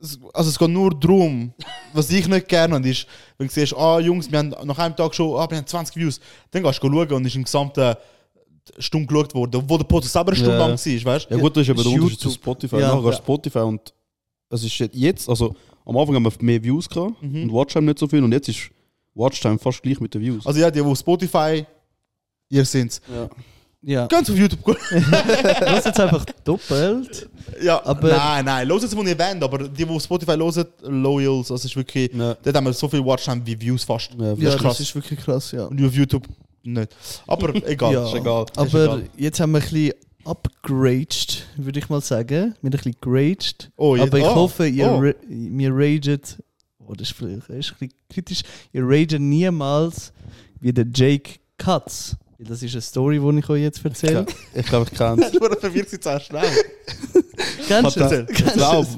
Speaker 1: es- Also es geht nur darum, was ich nicht gerne habe, ist, wenn du siehst, ah Jungs, wir haben nach einem Tag schon, ah, wir haben 20 Views, dann gehst du schauen und ist im gesamten Stunde geschaut worden, wo der Podcast selber eine Stunde
Speaker 3: Ja.
Speaker 1: lang war, weißt du?
Speaker 3: Ja gut, das ist eben
Speaker 2: Ist
Speaker 3: der Unterschied zu
Speaker 2: YouTube.
Speaker 3: Spotify.
Speaker 2: Ja.
Speaker 3: Nachher gehst
Speaker 2: Ja.
Speaker 3: du Spotify und es ist jetzt, also am Anfang haben wir mehr Views gehabt und Watchtime nicht so viel und jetzt ist Watchtime fast gleich mit den Views.
Speaker 1: Also ja, die, die auf Spotify, ihr sind's.
Speaker 2: Ja.
Speaker 1: Ganz auf YouTube gucken.
Speaker 2: Lass jetzt einfach doppelt.
Speaker 1: Ja, aber
Speaker 2: Aber-
Speaker 1: nein, nein, los jetzt, wo ihr wollt, aber die, die auf Spotify hören, Loyals, das ist wirklich,
Speaker 3: Ja.
Speaker 1: dort haben wir so viel Watchtime wie Views fast.
Speaker 3: Ja,
Speaker 1: das ist krass.
Speaker 2: das ist wirklich krass, ja.
Speaker 1: Und auf YouTube nicht. Aber egal.
Speaker 2: Ja.
Speaker 3: ist egal.
Speaker 2: Aber
Speaker 1: Ist egal.
Speaker 2: jetzt haben wir ein bisschen upgraded, würde ich mal sagen. Wir haben ein bisschen graged.
Speaker 1: Oh, jetzt-
Speaker 2: Aber ich
Speaker 1: oh,
Speaker 2: hoffe, ihr,
Speaker 1: oh.
Speaker 2: ra- ihr raget. Oh, das ist vielleicht das ist ein bisschen kritisch. Ihr raget niemals wie der Jake Katz. Weil Das ist eine Story, die ich euch jetzt erzähle.
Speaker 3: Ich glaube, ich kenne
Speaker 1: Du verwirrt sie zuerst schnell.
Speaker 2: Kennst du das?
Speaker 1: Ich glaube.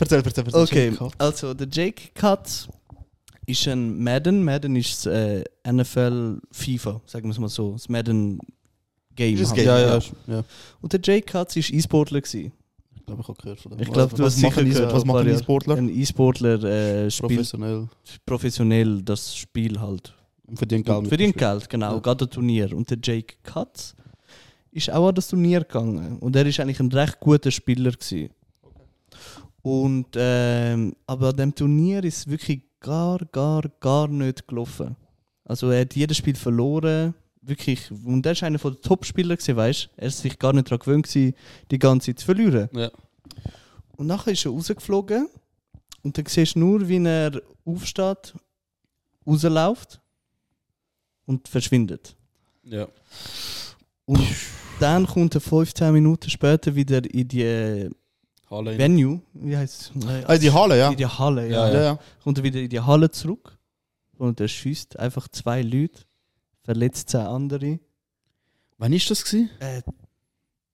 Speaker 1: Erzähl, erzähl, erzähl.
Speaker 2: Okay, also der Jake Katz ist ein Madden. Madden ist äh, NFL FIFA, sagen wir es mal so. Das Madden Game.
Speaker 1: Ist das
Speaker 2: halt.
Speaker 1: Game,
Speaker 3: ja, ja, ist- ja.
Speaker 2: Und der Jake Katz war E-Sportler. gewesen.
Speaker 3: Ich glaube, ich habe gehört von dem.
Speaker 2: Ich glaube, du
Speaker 1: Was
Speaker 2: hast sicher
Speaker 1: machen, die, was machen die
Speaker 2: ein
Speaker 1: Sportler?
Speaker 2: Ein E-Sportler äh, spielt
Speaker 3: professionell
Speaker 2: professionell das Spiel halt.
Speaker 3: und verdient Geld. mit
Speaker 2: Für den
Speaker 3: dem Spiel.
Speaker 2: Geld, genau.
Speaker 3: Ja.
Speaker 2: Geht an Turnier. Und der Jake Katz ist auch an das Turnier gegangen. Und er ist eigentlich ein recht guter Spieler. Gewesen. Und, ähm, aber an dem Turnier ist es wirklich gar, gar, gar nicht gelaufen. Also er hat jedes Spiel verloren. Wirklich. Und er ist einer der Top-Spieler, gewesen, weißt du? Er ist sich gar nicht daran gewöhnt, gewesen, die ganze Zeit zu verlieren.
Speaker 3: Ja.
Speaker 2: Und nachher ist er rausgeflogen und dann siehst du nur, wie er aufsteht, rausläuft und verschwindet.
Speaker 3: Ja.
Speaker 2: Und dann kommt er 15 Minuten später wieder in die
Speaker 3: Halle in-
Speaker 2: Venue, wie heißt es? Äh,
Speaker 1: Ah, die Halle, ja.
Speaker 2: In die Halle, ja.
Speaker 1: Ja, ja.
Speaker 2: Kommt er wieder in die Halle zurück und er schießt einfach zwei Leute, verletzt 10 andere.
Speaker 3: Wann ist das gewesen?
Speaker 2: Äh,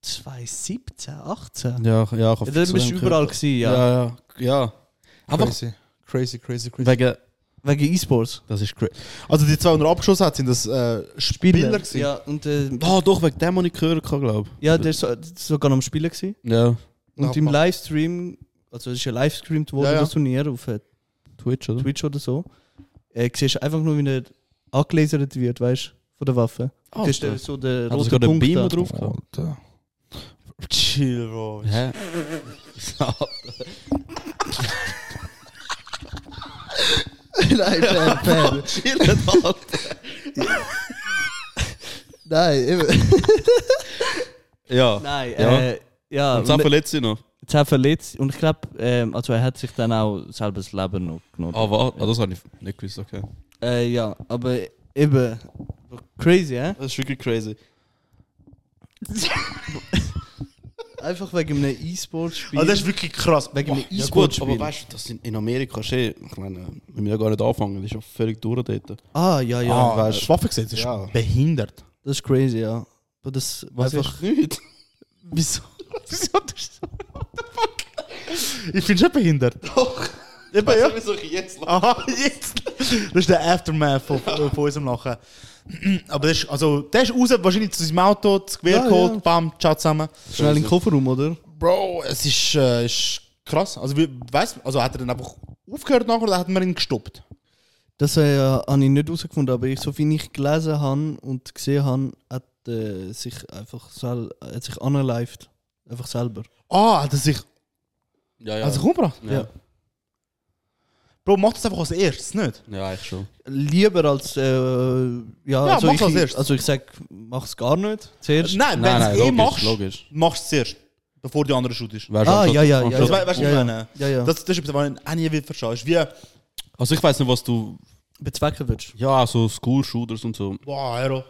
Speaker 2: 2017, 18?
Speaker 3: Ja, ja, ich
Speaker 2: Ja, da bist du überall gewesen, ja.
Speaker 3: Ja, ja. ja. Aber
Speaker 1: Crazy. Crazy, crazy, crazy.
Speaker 3: wegen.
Speaker 2: Wegen E-Sports.
Speaker 3: Das ist crazy.
Speaker 1: Also die zwei, die er abgeschossen hat, sind das äh, Spieler. gewesen.
Speaker 2: Ja, und äh,
Speaker 3: Ah, doch, wegen dem habe ich gehört, glaube
Speaker 2: ja, der ist so- sogar am Spielen gewesen.
Speaker 3: Ja.
Speaker 2: Und
Speaker 1: Nachbar.
Speaker 2: im Livestream, also es ist ja livestreamt worden,
Speaker 1: Ja, ja.
Speaker 2: das Turnier auf äh,
Speaker 3: Twitch, oder?
Speaker 2: Twitch oder so. Äh, siehst du einfach nur, wie er angelasert wird, weißt du, von der Waffe.
Speaker 3: Ah,
Speaker 2: das ist
Speaker 3: okay.
Speaker 2: der, so der
Speaker 3: Hat er
Speaker 2: rote
Speaker 3: sogar den
Speaker 2: Punkt
Speaker 3: Beamer
Speaker 2: da.
Speaker 3: drauf gehabt?
Speaker 1: Alter. Chill, Bro.
Speaker 3: Hä?
Speaker 2: Nein, fair, fair. Nein, eben.
Speaker 3: ja. Also ne-
Speaker 2: Nein,
Speaker 3: Ja.
Speaker 2: äh, ja.
Speaker 3: Und dann
Speaker 2: Und
Speaker 3: verletzt sie noch.
Speaker 2: jetzt hat er verletzt und ich glaube, ähm, also er hat sich dann auch selber das Leben noch genommen.
Speaker 3: Ah, warte, ah, das habe ich nicht gewusst, okay.
Speaker 2: Äh, ja, aber eben. Crazy, hä?
Speaker 3: Das ist wirklich crazy.
Speaker 2: Einfach wegen einem E-Sport-Spiel.
Speaker 1: Also das ist wirklich krass.
Speaker 2: wegen einem
Speaker 3: Ja, gut,
Speaker 2: E-Sport-Spiel.
Speaker 3: aber weißt du, das in, in Amerika ist eh, ich meine, wenn wir ja gar nicht anfangen, das ist ja völlig durch dort.
Speaker 2: ah, ja, ja.
Speaker 1: ah,
Speaker 3: weißt-
Speaker 1: das Waffe gesehen, das ist
Speaker 3: Ja.
Speaker 1: behindert.
Speaker 2: Das ist crazy, ja. Aber das einfach.
Speaker 3: nicht?
Speaker 1: Wieso? Wieso das? What the fuck? Ich finde schon behindert. Doch. Eben, ja.
Speaker 3: Wieso ich jetzt lache?
Speaker 1: Aha, jetzt! Das ist der Aftermath von, von unserem Lachen. Aber das ist, also, der ist raus, wahrscheinlich zu seinem Auto, das Gewehr
Speaker 2: Ja,
Speaker 1: geholt,
Speaker 2: ja.
Speaker 1: bam, ciao zusammen.
Speaker 2: Schnell in den Kofferraum, oder?
Speaker 1: Bro, es ist, äh, ist krass. Also, wie, weiss, also hat er dann einfach aufgehört nachher oder hat man ihn gestoppt?
Speaker 2: Das äh, habe ich nicht herausgefunden, aber ich, so wie ich gelesen habe und gesehen habe, hat äh, sich einfach sel hat sich anerleift. Einfach selber.
Speaker 1: Ah, hat er sich
Speaker 3: Ja, ja.
Speaker 1: hat er sich umgebracht?
Speaker 3: ja.
Speaker 1: Bro, mach das einfach als erstes, nicht?
Speaker 3: ja, eigentlich schon.
Speaker 2: Lieber als. Äh, ja, also,
Speaker 1: mach
Speaker 2: ich,
Speaker 1: als erstes.
Speaker 2: also ich sage, mach es gar nicht. Zuerst.
Speaker 1: Nein, wenn du es eh
Speaker 3: logisch,
Speaker 1: machst,
Speaker 3: logisch.
Speaker 1: machst du es zuerst, bevor die andere shoot ist.
Speaker 3: Weißt du,
Speaker 2: Ah,
Speaker 3: anstatt-
Speaker 2: ja, ja, ja.
Speaker 3: anstatt-
Speaker 1: Also, weißt du, was ich
Speaker 2: ja,
Speaker 1: meine?
Speaker 2: Ja, ja.
Speaker 1: Das, das ist etwas, was ich auch nie wieder verstehe. Ist wie,
Speaker 3: Also ich weiß nicht, was du.
Speaker 2: bezwecken willst.
Speaker 3: Ja, so School-Shooters und so.
Speaker 1: wow, Hero,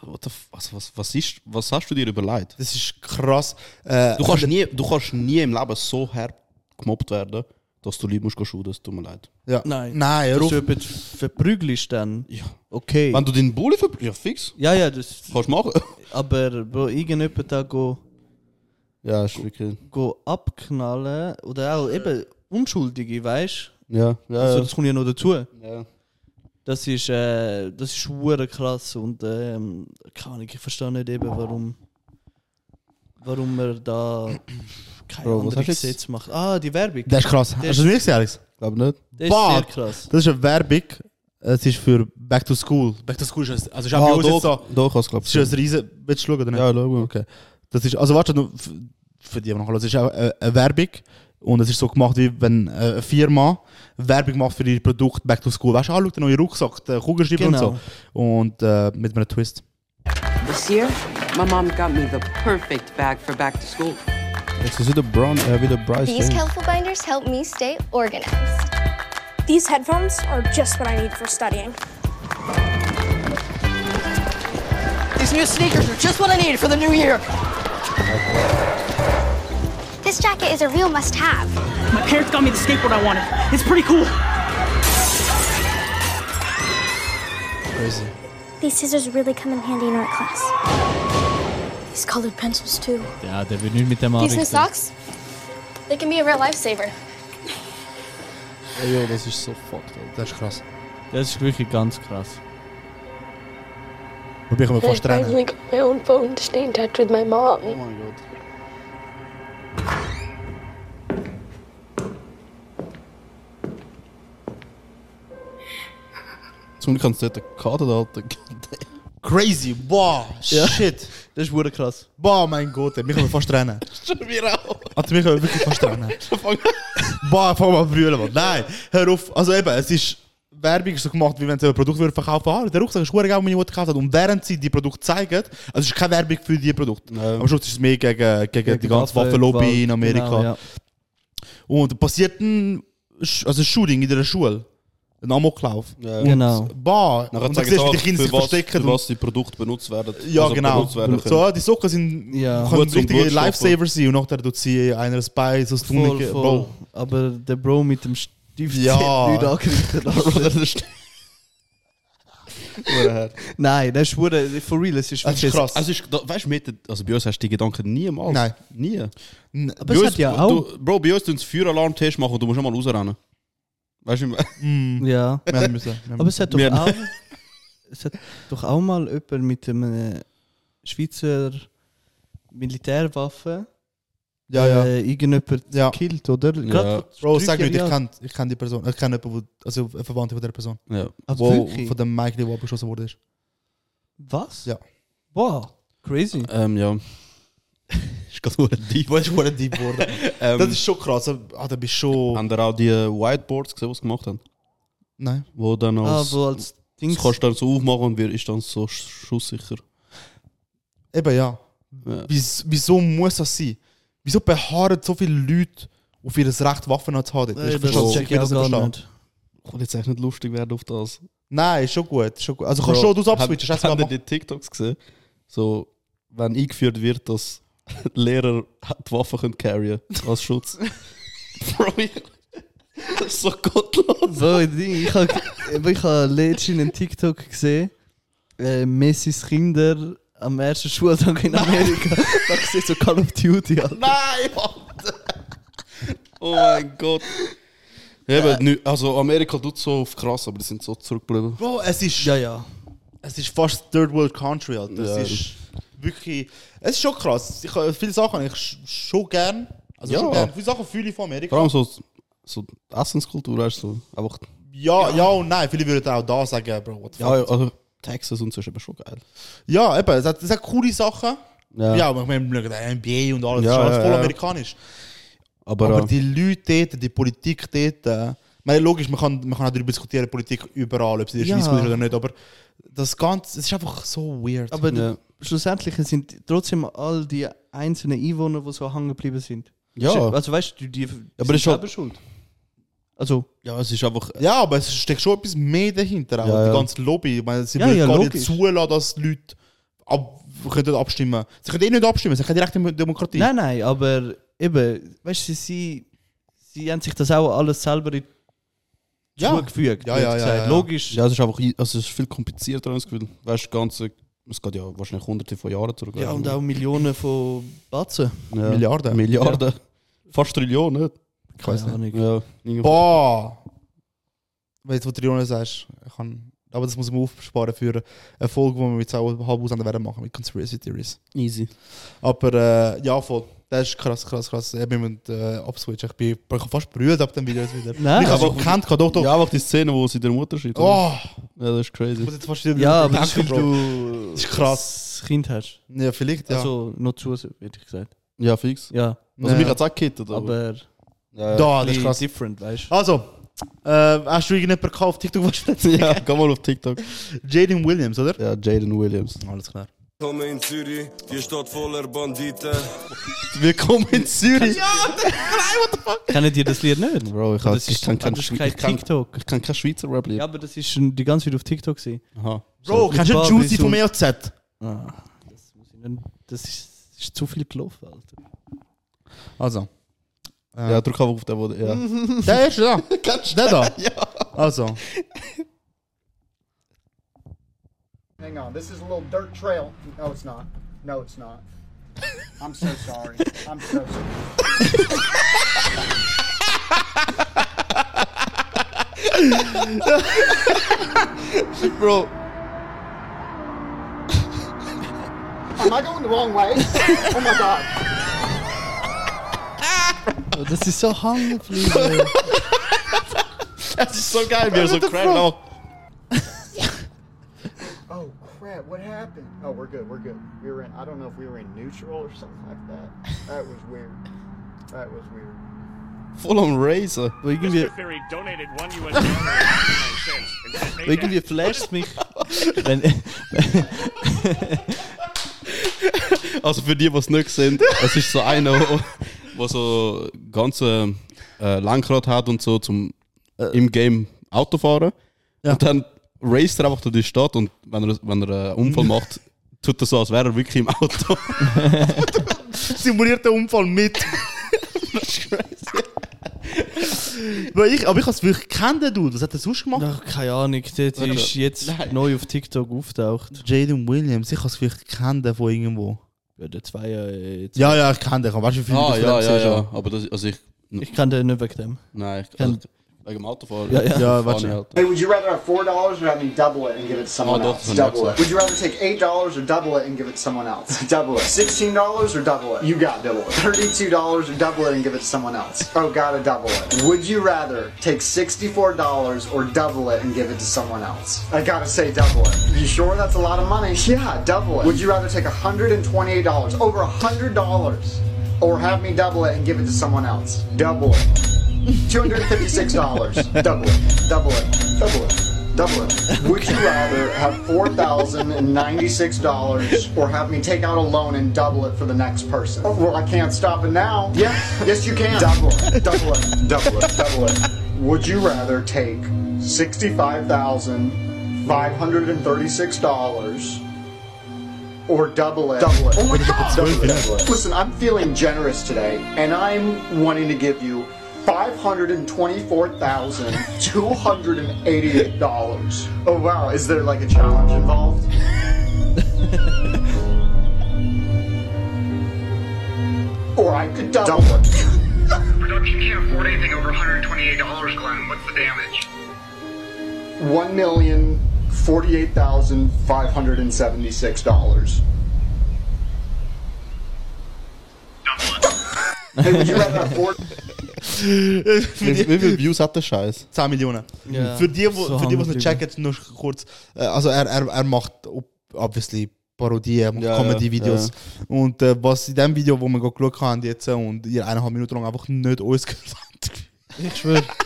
Speaker 3: What the f was, was, was, ist, was hast du dir überlegt?
Speaker 1: das ist krass. Äh,
Speaker 3: Du kannst, nie, du kannst nie im Leben so hart gemobbt werden, dass du Leute musst schauen, das tut mir leid.
Speaker 1: ja.
Speaker 2: Nein.
Speaker 1: Nein,
Speaker 2: Dass du
Speaker 1: Hero.
Speaker 2: jemanden verprügelst dann.
Speaker 3: Ja.
Speaker 2: Okay.
Speaker 3: Wenn du den Bulli verbrüllst, ja fix,
Speaker 2: Ja, ja, das.
Speaker 3: kannst du machen.
Speaker 2: Aber Bro, irgendjemand da go,
Speaker 3: Ja, ist wirklich...
Speaker 2: go abknallen oder auch eben Unschuldige, weißt
Speaker 3: Ja, ja,
Speaker 2: Also,
Speaker 1: Äh.
Speaker 3: ja.
Speaker 2: das kommt ja noch dazu.
Speaker 3: ja.
Speaker 2: Das ist, äh, das ist hure krass und ähm, keine Ahnung, ich verstehe nicht eben, warum, warum man da kein
Speaker 3: Bro,
Speaker 2: anderes
Speaker 3: was hast du jetzt?
Speaker 2: Gesetz macht. Ah, die Werbung.
Speaker 1: Das ist krass. Hast du das nicht gesehen, Alex?
Speaker 3: Glaub nicht.
Speaker 2: Das ist sehr
Speaker 1: Bad.
Speaker 2: krass.
Speaker 1: Das ist eine Werbung. Es ist für Back to School. Back to School ist ein, also ist auch bei uns jetzt so.
Speaker 3: Ah, doch, hast du
Speaker 1: Das ist ein riesen. Willst du schauen oder nicht?
Speaker 3: Ja, schau mal.
Speaker 1: Okay. Das ist, also warte, nur f- für die, die nachher hören. Es ist auch äh, eine Werbung. Und es ist so gemacht, wie wenn äh, eine Firma Werbung macht für ihr Produkt Back to School. Weißt du, ah, schau, der neue Rucksack, der Kugelschreiber
Speaker 2: Genau.
Speaker 1: und so. Und äh, mit einem Twist.
Speaker 8: This year, my mom got me the perfect bag for back to school.
Speaker 3: Jetzt ist wieder Brown, äh, wieder Bryce.
Speaker 9: These
Speaker 3: James.
Speaker 9: colorful binders help me stay organized.
Speaker 10: These headphones are just what I need for studying.
Speaker 8: These new sneakers are just what I need for the new year.
Speaker 9: This jacket is a real must have.
Speaker 11: My parents got me the skateboard I wanted. It's pretty cool.
Speaker 10: These scissors really come in handy in art class. These colored pencils, too.
Speaker 7: Ja, der will nicht mit dem anrichten.
Speaker 10: They can be a real lifesaver.
Speaker 3: Ey, yo, Oh, das ist so fucked, Alter.
Speaker 1: Das ist krass.
Speaker 7: Das ist wirklich ganz krass.
Speaker 1: Wobei ich mir fast rennen.
Speaker 10: got my own phone to stay in touch with my mom.
Speaker 3: Oh mein Gott. Zum Glück kannst du dort einen Kader da halten.
Speaker 1: Crazy. Boah, shit.
Speaker 2: Das ist hure krass.
Speaker 1: Boah, mein Gott, ey, mich können wir fast rennen.
Speaker 3: Wir auch.
Speaker 1: Also, mich können wir wirklich fast rennen. Boah, fang mal brüllen, Mann. Nein, hör auf. Also eben, es ist... Werbung ist so gemacht, wie wenn sie ein Produkt würden verkaufen würden. Ah, der Rucksack ist verdammt geil, den meine Mutter gekauft hat. Und während sie die Produkte zeigen, also es ist keine Werbung für die Produkte.
Speaker 3: Nein.
Speaker 1: Am Schluss ist es mehr gegen, gegen, die ganze
Speaker 7: Waffe,
Speaker 1: Waffenlobby
Speaker 7: Gewalt,
Speaker 1: in Amerika.
Speaker 7: genau, ja.
Speaker 1: Und da passiert ein, Sch- also ein Shooting in der Schule. Ein Amoklauf.
Speaker 3: Ja.
Speaker 1: Und
Speaker 2: Genau.
Speaker 1: Boah,
Speaker 3: Nachher
Speaker 1: und dann
Speaker 3: zeigen
Speaker 1: siehst
Speaker 3: sie
Speaker 1: du,
Speaker 3: auch,
Speaker 1: wie die Kinder
Speaker 3: für
Speaker 1: sich
Speaker 3: was,
Speaker 1: verstecken.
Speaker 3: Für
Speaker 1: und-
Speaker 3: was die Produkte benutzt werden.
Speaker 1: Ja,
Speaker 3: also
Speaker 1: genau.
Speaker 3: benutzt werden können.
Speaker 1: So, die Socken sind,
Speaker 2: Ja.
Speaker 1: können
Speaker 3: Gut zum
Speaker 1: richtige
Speaker 3: Blutstoffen.
Speaker 1: Lifesaver sein und nachher tut sie einer ein Bein, so ein
Speaker 2: Voll,
Speaker 1: Tunnel.
Speaker 2: voll.
Speaker 1: Bro.
Speaker 2: Aber der Bro mit dem Stift
Speaker 1: Ja.
Speaker 2: hat nicht angerichtet. Alter.
Speaker 3: Oder der Sch- Urhart.
Speaker 2: Nein, das ist hure, for real, es ist
Speaker 1: Das ist
Speaker 2: wirklich-
Speaker 1: krass.
Speaker 3: also, ist, da, weißt, du, mit, der- also bei uns hast du die Gedanken niemals.
Speaker 1: Nein.
Speaker 3: Nie.
Speaker 2: Aber es hat ja auch.
Speaker 3: Du, Bro, bei uns tun sie Feueralarmtest machen und du musst auch mal rausrennen. Weißt du,
Speaker 2: Ja.
Speaker 1: Mm, Wir haben müssen. Ähm, Wir haben
Speaker 2: Aber es hat doch
Speaker 3: Wir-
Speaker 2: auch. es hat doch auch mal jemand mit einem Schweizer Militärwaffe
Speaker 1: ja, ja.
Speaker 2: äh, irgendjemand
Speaker 1: Ja.
Speaker 2: gekillt, oder? Gerade vor
Speaker 1: Bro,
Speaker 2: drei,
Speaker 1: sag
Speaker 2: vier
Speaker 1: nicht, ich
Speaker 2: Jahren.
Speaker 1: kenne ich kenn die Person. Ich kenne jemanden, wo- also eine Verwandte von der Person.
Speaker 3: ja. Also
Speaker 2: Ah,
Speaker 1: Wo,
Speaker 2: wirklich?
Speaker 1: von dem Mike, der abgeschossen wurde. ist.
Speaker 2: Was?
Speaker 1: Ja. Äh,
Speaker 2: Wow, crazy.
Speaker 3: Ähm, ja. ist gerade nur ein Dieb.
Speaker 1: Das ist ein Dieb geworden.
Speaker 3: Ähm,
Speaker 1: Das ist schon krass. Ah, da bist du schon...
Speaker 3: Haben ihr auch die Whiteboards gesehen, was sie gemacht haben?
Speaker 1: Nein.
Speaker 3: Wo dann
Speaker 2: Ah,
Speaker 3: als,
Speaker 2: so als Ding.
Speaker 3: das kannst du dann so aufmachen und wir ist dann so sch- schusssicher.
Speaker 1: Eben, ja.
Speaker 3: Ja.
Speaker 1: Wieso, wieso muss das sein? Wieso beharren so viele Leute auf ihr Recht, Waffen noch zu haben? dort?
Speaker 2: Äh,
Speaker 1: Ich
Speaker 2: das
Speaker 1: verstehe-
Speaker 2: check
Speaker 1: ich will
Speaker 2: ich
Speaker 1: das
Speaker 2: auch
Speaker 1: nicht
Speaker 2: gar
Speaker 1: verstehen.
Speaker 2: nicht.
Speaker 3: Ich will jetzt echt nicht lustig werden auf das.
Speaker 1: Nein, ist schon gut. ist Schon gut. Also kannst du schon du abswitchen.
Speaker 3: Habt
Speaker 1: scheißegal,
Speaker 3: habt ihr
Speaker 1: mach-
Speaker 3: die TikToks gesehen? So, wenn eingeführt wird, dass die Lehrer die Waffen können carryen als Schutz. Bro, ich- das ist so gottlos.
Speaker 2: So ein Ding. Ich habe ich hab letztens einen TikTok gesehen. Äh, Messis Kinder am ersten Schultag in Amerika. da gesehen so Call of Duty. Alter.
Speaker 3: Nein, Alter. Oh mein Gott. Eben, nü- also Amerika tut so auf krass, aber die sind so zurückgeblieben.
Speaker 1: Bro, es ist.
Speaker 2: Ja, ja.
Speaker 1: Es ist fast Third World Country, Alter.
Speaker 3: Ja.
Speaker 1: Es ist wirklich. Es ist schon krass. Ich, äh, viele Sachen habe ich sch- schon gern. Also
Speaker 3: Ja.
Speaker 1: schon gern. Viele Sachen fühle ich von Amerika.
Speaker 3: Vor allem so, so die Essenskultur, weißt du, so. einfach
Speaker 1: Ja, ja, und nein. Viele würden auch da sagen, Bro, what the
Speaker 3: Ja,
Speaker 1: fuck.
Speaker 3: ja, also Texas und so ist eben schon geil.
Speaker 1: Ja, eben. Es hat, es hat coole Sachen.
Speaker 3: Ja.
Speaker 1: Ja, aber ich meine, wir schauen die NBA und alles.
Speaker 3: Ja,
Speaker 1: das ist alles
Speaker 3: ja,
Speaker 1: voll
Speaker 3: ja.
Speaker 1: amerikanisch.
Speaker 3: Aber,
Speaker 1: Aber
Speaker 3: äh,
Speaker 1: die Leute dort, die Politik dort. Äh, ich meine, logisch, man kann, man kann auch darüber diskutieren, Politik überall, ob sie in der
Speaker 2: Ja.
Speaker 1: Schweiz gut ist oder nicht. Aber das Ganze, es ist einfach so weird.
Speaker 2: Aber
Speaker 3: Ja.
Speaker 2: schlussendlich sind trotzdem all die einzelnen Einwohner, die so hängen geblieben sind.
Speaker 3: Ja.
Speaker 2: Also weißt du, die, die
Speaker 3: das
Speaker 2: sind
Speaker 3: ist halt-
Speaker 2: selber schuld. Also,
Speaker 3: ja, es ist einfach.
Speaker 1: Ja, aber es steckt schon etwas mehr dahinter. Auch.
Speaker 3: Ja, ja.
Speaker 1: Die ganze Lobby. Ich meine, sie
Speaker 2: Ja,
Speaker 1: würden
Speaker 2: ja,
Speaker 1: gar
Speaker 2: logisch.
Speaker 1: nicht zulassen, dass die Leute ab können abstimmen Sie können eh nicht abstimmen, sie haben direkte Demokratie.
Speaker 2: nein, nein, aber eben, weißt du, sie, sie, sie haben sich das auch alles selber in die
Speaker 1: ja.
Speaker 2: Schuhe gefügt.
Speaker 1: Ja,
Speaker 2: wird
Speaker 1: ja, ja,
Speaker 2: gesagt.
Speaker 1: ja.
Speaker 2: Logisch.
Speaker 3: Ja, es ist einfach also es ist viel komplizierter als Gefühl. Weißt du, das ganze. Es geht ja wahrscheinlich hunderte von Jahren zurück.
Speaker 2: Ja, und auch Millionen von Batzen.
Speaker 3: Ja.
Speaker 1: Milliarden.
Speaker 3: Milliarden. Fast Trillionen.
Speaker 1: Ich weiß
Speaker 2: Keine
Speaker 1: nicht.
Speaker 2: Ahnung.
Speaker 3: Ja. Irgendwie-
Speaker 1: Boah! Wenn du jetzt Trillionen sagst, ich kann, aber das muss man aufsparen für eine Folge, die wir jetzt auch halb auseinander werden machen mit Conspiracy Theories.
Speaker 3: Easy.
Speaker 1: Aber äh, ja, voll. Das ist krass, krass, krass. Eben mit äh, Abswitch. Ich bin ich bin fast berührt ab dem Video jetzt wieder.
Speaker 2: Nein.
Speaker 1: ich habe auch gekannt, doch, doch.
Speaker 3: Ja, einfach die Szene, wo sie der Mutter schreibt. oder?
Speaker 1: Oh,
Speaker 3: Ja, das ist
Speaker 1: ich
Speaker 3: crazy.
Speaker 1: muss jetzt fast wieder
Speaker 2: Ja, aber
Speaker 1: drüber
Speaker 2: das ist, weil
Speaker 1: denken, Bro.
Speaker 2: du
Speaker 1: Das ist krass.
Speaker 2: ein Kind hast.
Speaker 1: Ja, vielleicht, ja.
Speaker 2: Also noch zu, wird ich gesagt.
Speaker 3: Ja, fix.
Speaker 2: Ja, Ah,
Speaker 3: Also
Speaker 1: Ja. äh,
Speaker 3: mich hat es auch gehittet. Aber,
Speaker 2: aber
Speaker 3: ja, ja.
Speaker 1: da, das ist
Speaker 2: bisschen
Speaker 1: krass.
Speaker 2: different, weißt du?
Speaker 1: Also, äh, hast du irgendjemanden gekauft? TikTok was du erzählen?
Speaker 3: ja, geh mal auf TikTok.
Speaker 1: Jaden Williams, oder?
Speaker 3: Ja, Jaden Williams.
Speaker 1: Alles klar.
Speaker 6: Willkommen in Zürich, die Stadt voller Banditen.
Speaker 3: Willkommen in Zürich.
Speaker 2: Kennt ihr das Lied nicht?
Speaker 3: Bro, ich, hab-
Speaker 2: Das
Speaker 3: ich
Speaker 2: ist,
Speaker 3: kann kein,
Speaker 2: das ist
Speaker 3: Schwe-
Speaker 2: kein
Speaker 3: ich kann,
Speaker 2: TikTok.
Speaker 3: ich kann kein Schweizer Rap
Speaker 2: Ja,
Speaker 3: lieben.
Speaker 2: aber das ist schon die ganze Zeit auf TikTok. Gewesen.
Speaker 3: Aha.
Speaker 1: Bro,
Speaker 2: mit
Speaker 1: kennst du den
Speaker 2: Barbies
Speaker 1: Juicy vom
Speaker 2: und-
Speaker 1: EOZ?
Speaker 2: Das, muss ich nicht, das ist, das ist zu viel gelaufen, Alter.
Speaker 1: Also. Äh,
Speaker 3: Ja, drück einfach auf den, wo der. Ja.
Speaker 1: Der erste da. Kennst du den da? Ja. Also.
Speaker 12: Hang on, this is a little dirt trail. No, it's not. No, it's not. I'm so sorry. I'm so sorry.
Speaker 3: Bro,
Speaker 12: Am I going the wrong way? Oh my god.
Speaker 2: Das ist so hang geblieben.
Speaker 3: das ist so geil, wie er so crap auch.
Speaker 12: Oh crap, what happened? Oh, we're good, we're good. We were in, I don't know if we were in neutral or something like that. That was weird. That was weird.
Speaker 3: Voll am Racer.
Speaker 2: Wo irgendwie,
Speaker 11: Theory donated one US dollar.
Speaker 2: wo irgendwie flasht mich. Wenn,
Speaker 3: Also für die, die es nicht sehen, es ist so einer, der so ganze äh, Lenkrad hat und so zum im Game Auto fahren. Und dann raced er einfach durch die Stadt und wenn er, wenn er einen Unfall macht, tut er so, als wäre er wirklich im Auto.
Speaker 1: Simulierten Unfall mit. Weil ich, aber ich habe es wirklich kennen, den Dude. Was hat er sonst gemacht?
Speaker 2: Ach, keine Ahnung, der ist jetzt neu auf TikTok auftaucht.
Speaker 1: Jaden Williams, ich habe es wirklich kennen von irgendwo.
Speaker 2: Ja, der zwei, äh, jetzt.
Speaker 1: Ja, ja, ich kenne den. Weißt du, wie viel
Speaker 3: ah,
Speaker 1: das
Speaker 3: ja,
Speaker 1: Rap
Speaker 3: ja,
Speaker 1: ist,
Speaker 3: ja. Aber das, also ich,
Speaker 2: Ich kann den nicht wegen dem.
Speaker 3: nein, ich,
Speaker 2: Kann-
Speaker 3: also, wegen dem Autofahren.
Speaker 2: Ja, ja. Ja,
Speaker 3: fahr
Speaker 1: warte.
Speaker 3: ich halt.
Speaker 12: Hey, would you rather have four dollars or have me double it and give it to someone
Speaker 3: Oh,
Speaker 12: else?
Speaker 3: that's
Speaker 12: Double
Speaker 3: an
Speaker 12: it. Would you rather take eight dollars or double it and give it to someone else? Double it. Sixteen dollars or double it? You got double it. Thirty-two dollars or double it and give it to someone else. Oh, gotta double it. Would you rather take sixty-four dollars or double it and give it to someone else? I gotta say double it. You sure that's a lot of money? Yeah, double it. Would you rather take hundred and twenty-eight dollars, over hundred dollars, or have me double it and give it to someone else? Double it. $256. double it. Double it. Double it. Double it. Would you rather have $4,096 or have me take out a loan and double it for the next person? Oh, well, I can't stop it now. Yeah. Yes, you can. Double it. Double it. Double it. Double it. Would you rather take $65,536? or double it. Double it. Oh my god! Double it. Listen, I'm feeling generous today, and I'm wanting to give you five hundred and twenty-four thousand two hundred and eighty-eight dollars. Oh wow! Is there like a challenge involved? or I could double, it.
Speaker 13: can't afford anything over $128, Glenn. What's the damage?
Speaker 12: One million forty-eight thousand five hundred and seventy-six dollars. Hey, would you rather afford?
Speaker 3: Wie, wie viele Views hat der Scheiß?
Speaker 1: 10 Millionen. Mhm.
Speaker 3: Ja.
Speaker 1: Für die, wo,
Speaker 3: So
Speaker 1: für die, die es
Speaker 3: hängen
Speaker 1: nicht checken, nur kurz. Äh, Also er, er, er macht ob- obviously Parodien, er macht
Speaker 3: Ja,
Speaker 1: Comedy-Videos.
Speaker 3: ja,
Speaker 1: Und äh, was in dem Video, wo wir gerade geschaut haben jetzt äh, und ihr eineinhalb Minuten lang einfach nicht uns gehört habt.
Speaker 2: Ich schwöre.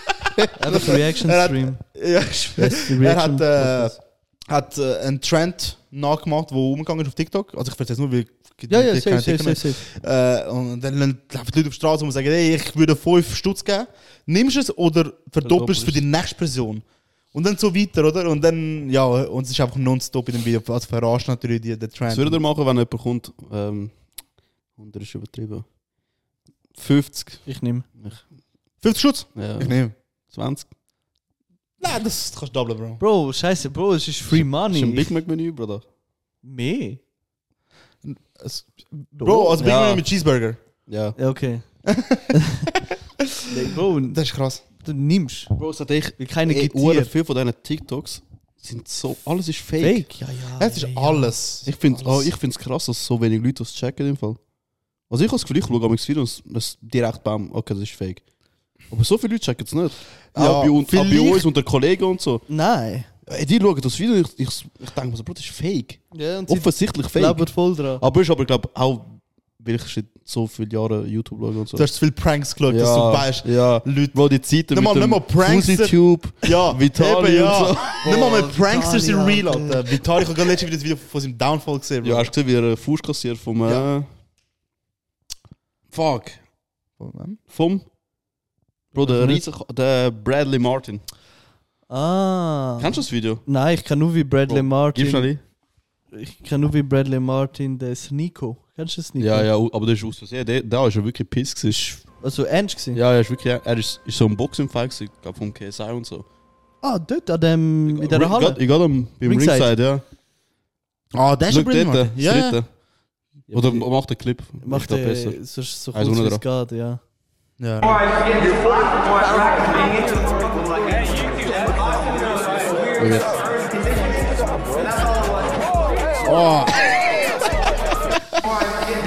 Speaker 2: Einfach
Speaker 1: Er hat-
Speaker 2: Reaction-Stream.
Speaker 1: Ja, ich schwöre.
Speaker 2: Beste Reaction-
Speaker 1: Er hat, äh, hat äh, einen Trend nachgemacht, der umgegangen ist auf TikTok. Also ich weiß jetzt nur, weil
Speaker 2: Ja, ja,
Speaker 1: ich
Speaker 2: safe,
Speaker 1: keine
Speaker 2: safe,
Speaker 1: TikTok
Speaker 2: safe,
Speaker 1: mehr. Äh, und dann laufen die Leute auf die Straße und sagen, hey, ich würde 5 Stutz geben. Nimmst du es oder verdoppelst du es für die nächste Person? Und dann so weiter, oder? Und dann, ja, und es ist einfach nonstop in dem Video. Also verarscht natürlich die, den Trend.
Speaker 3: Was würde er machen, wenn jemand kommt? Ähm, 100 ist übertrieben. 50.
Speaker 2: Ich nehme.
Speaker 1: 50 Schutz?
Speaker 3: Ja.
Speaker 1: Ich nehme.
Speaker 3: 20.
Speaker 1: Nein, das kannst du doppeln, Bro.
Speaker 2: Bro, scheiße, Bro, es ist Free Money.
Speaker 3: Ist ein Big Mac Menü, Bruder.
Speaker 2: Mehr?
Speaker 1: Bro, also Big Mac mit Cheeseburger.
Speaker 3: Ja.
Speaker 2: Ja, okay. nee, Bro,
Speaker 1: das ist krass.
Speaker 2: Du nimmst.
Speaker 3: Bro, es hat echt.
Speaker 2: Weil keine gibt
Speaker 3: Uhren
Speaker 2: dir.
Speaker 3: viel von diesen TikToks sind so. Alles ist fake.
Speaker 2: Fake, ja, ja.
Speaker 1: Es ist alles.
Speaker 3: Ich finde es ich find's krass, dass so wenig Leute das checken. Im Fall. Also, ich habe das Gefühl, ich schaue am Video und es- es direkt bam, okay, das ist fake. Aber so viele Leute checken es nicht.
Speaker 1: Ja,
Speaker 3: auch, bei, uns- auch bei
Speaker 1: vielleicht-
Speaker 3: uns unter Kollegen und so.
Speaker 2: Nein.
Speaker 3: Ey, die schauen das Video und ich, ich, ich denke mir so, Bro, das ist fake.
Speaker 2: Ja, und sie
Speaker 3: Offensichtlich fake.
Speaker 2: glauben voll dran.
Speaker 3: Aber ich aber glaube auch, weil ich seit so vielen Jahren YouTube schaue und so.
Speaker 1: Du hast zu viele Pranks geschaut, dass du weißt,
Speaker 3: ja. Leute, Bro, die Zeiten
Speaker 1: Nicht mal- nicht mal Prankster.
Speaker 3: Tube,
Speaker 1: Ja,
Speaker 3: Vitali
Speaker 1: eben, ja.
Speaker 3: und so.
Speaker 1: Nicht mal mit Pranksters
Speaker 2: Oh, Vitali,
Speaker 1: in Real,
Speaker 2: Alter.
Speaker 1: Alter. Vitali, ich habe gerade letztens wieder das Video von seinem Downfall gesehen, Bro.
Speaker 3: Ja, hast du gesehen, wie er Fuß kassiert vom... Äh, fuck. Vom... Bro, der, Riesen, der Bradley Martin.
Speaker 2: Ah.
Speaker 3: Kennst du das Video?
Speaker 2: Nein, ich kann nur wie Bradley
Speaker 3: Bro,
Speaker 2: Martin.
Speaker 3: Oh, Gib's schnell ein.
Speaker 2: Ich kann nur wie Bradley Martin, der Sneeko. Kennst du Sneeko?
Speaker 3: Ja, ja, aber das ist aus Versehen. Der, der ist ja wirklich piss gewesen.
Speaker 2: Also ernst gesehen?
Speaker 3: Ja, er ist wirklich... Er ist, ist so ein Boxing-Fight gewesen, glaub, vom KSI und so.
Speaker 2: Ah, dort an dem, in der Halle.
Speaker 3: Gerade- Ich gehe beim Ringside,
Speaker 2: Ringside.
Speaker 3: Ringside ja.
Speaker 1: Ah, der ist ein
Speaker 3: Schau
Speaker 1: Brilliant
Speaker 3: dort,
Speaker 1: Martin.
Speaker 3: das
Speaker 1: Ja, ja.
Speaker 3: dritte. Oder mach den Clip.
Speaker 2: Macht
Speaker 3: Ist da
Speaker 2: der so, so
Speaker 3: Also
Speaker 2: kurz wie
Speaker 3: ohne
Speaker 2: es geht, ja.
Speaker 1: Oh.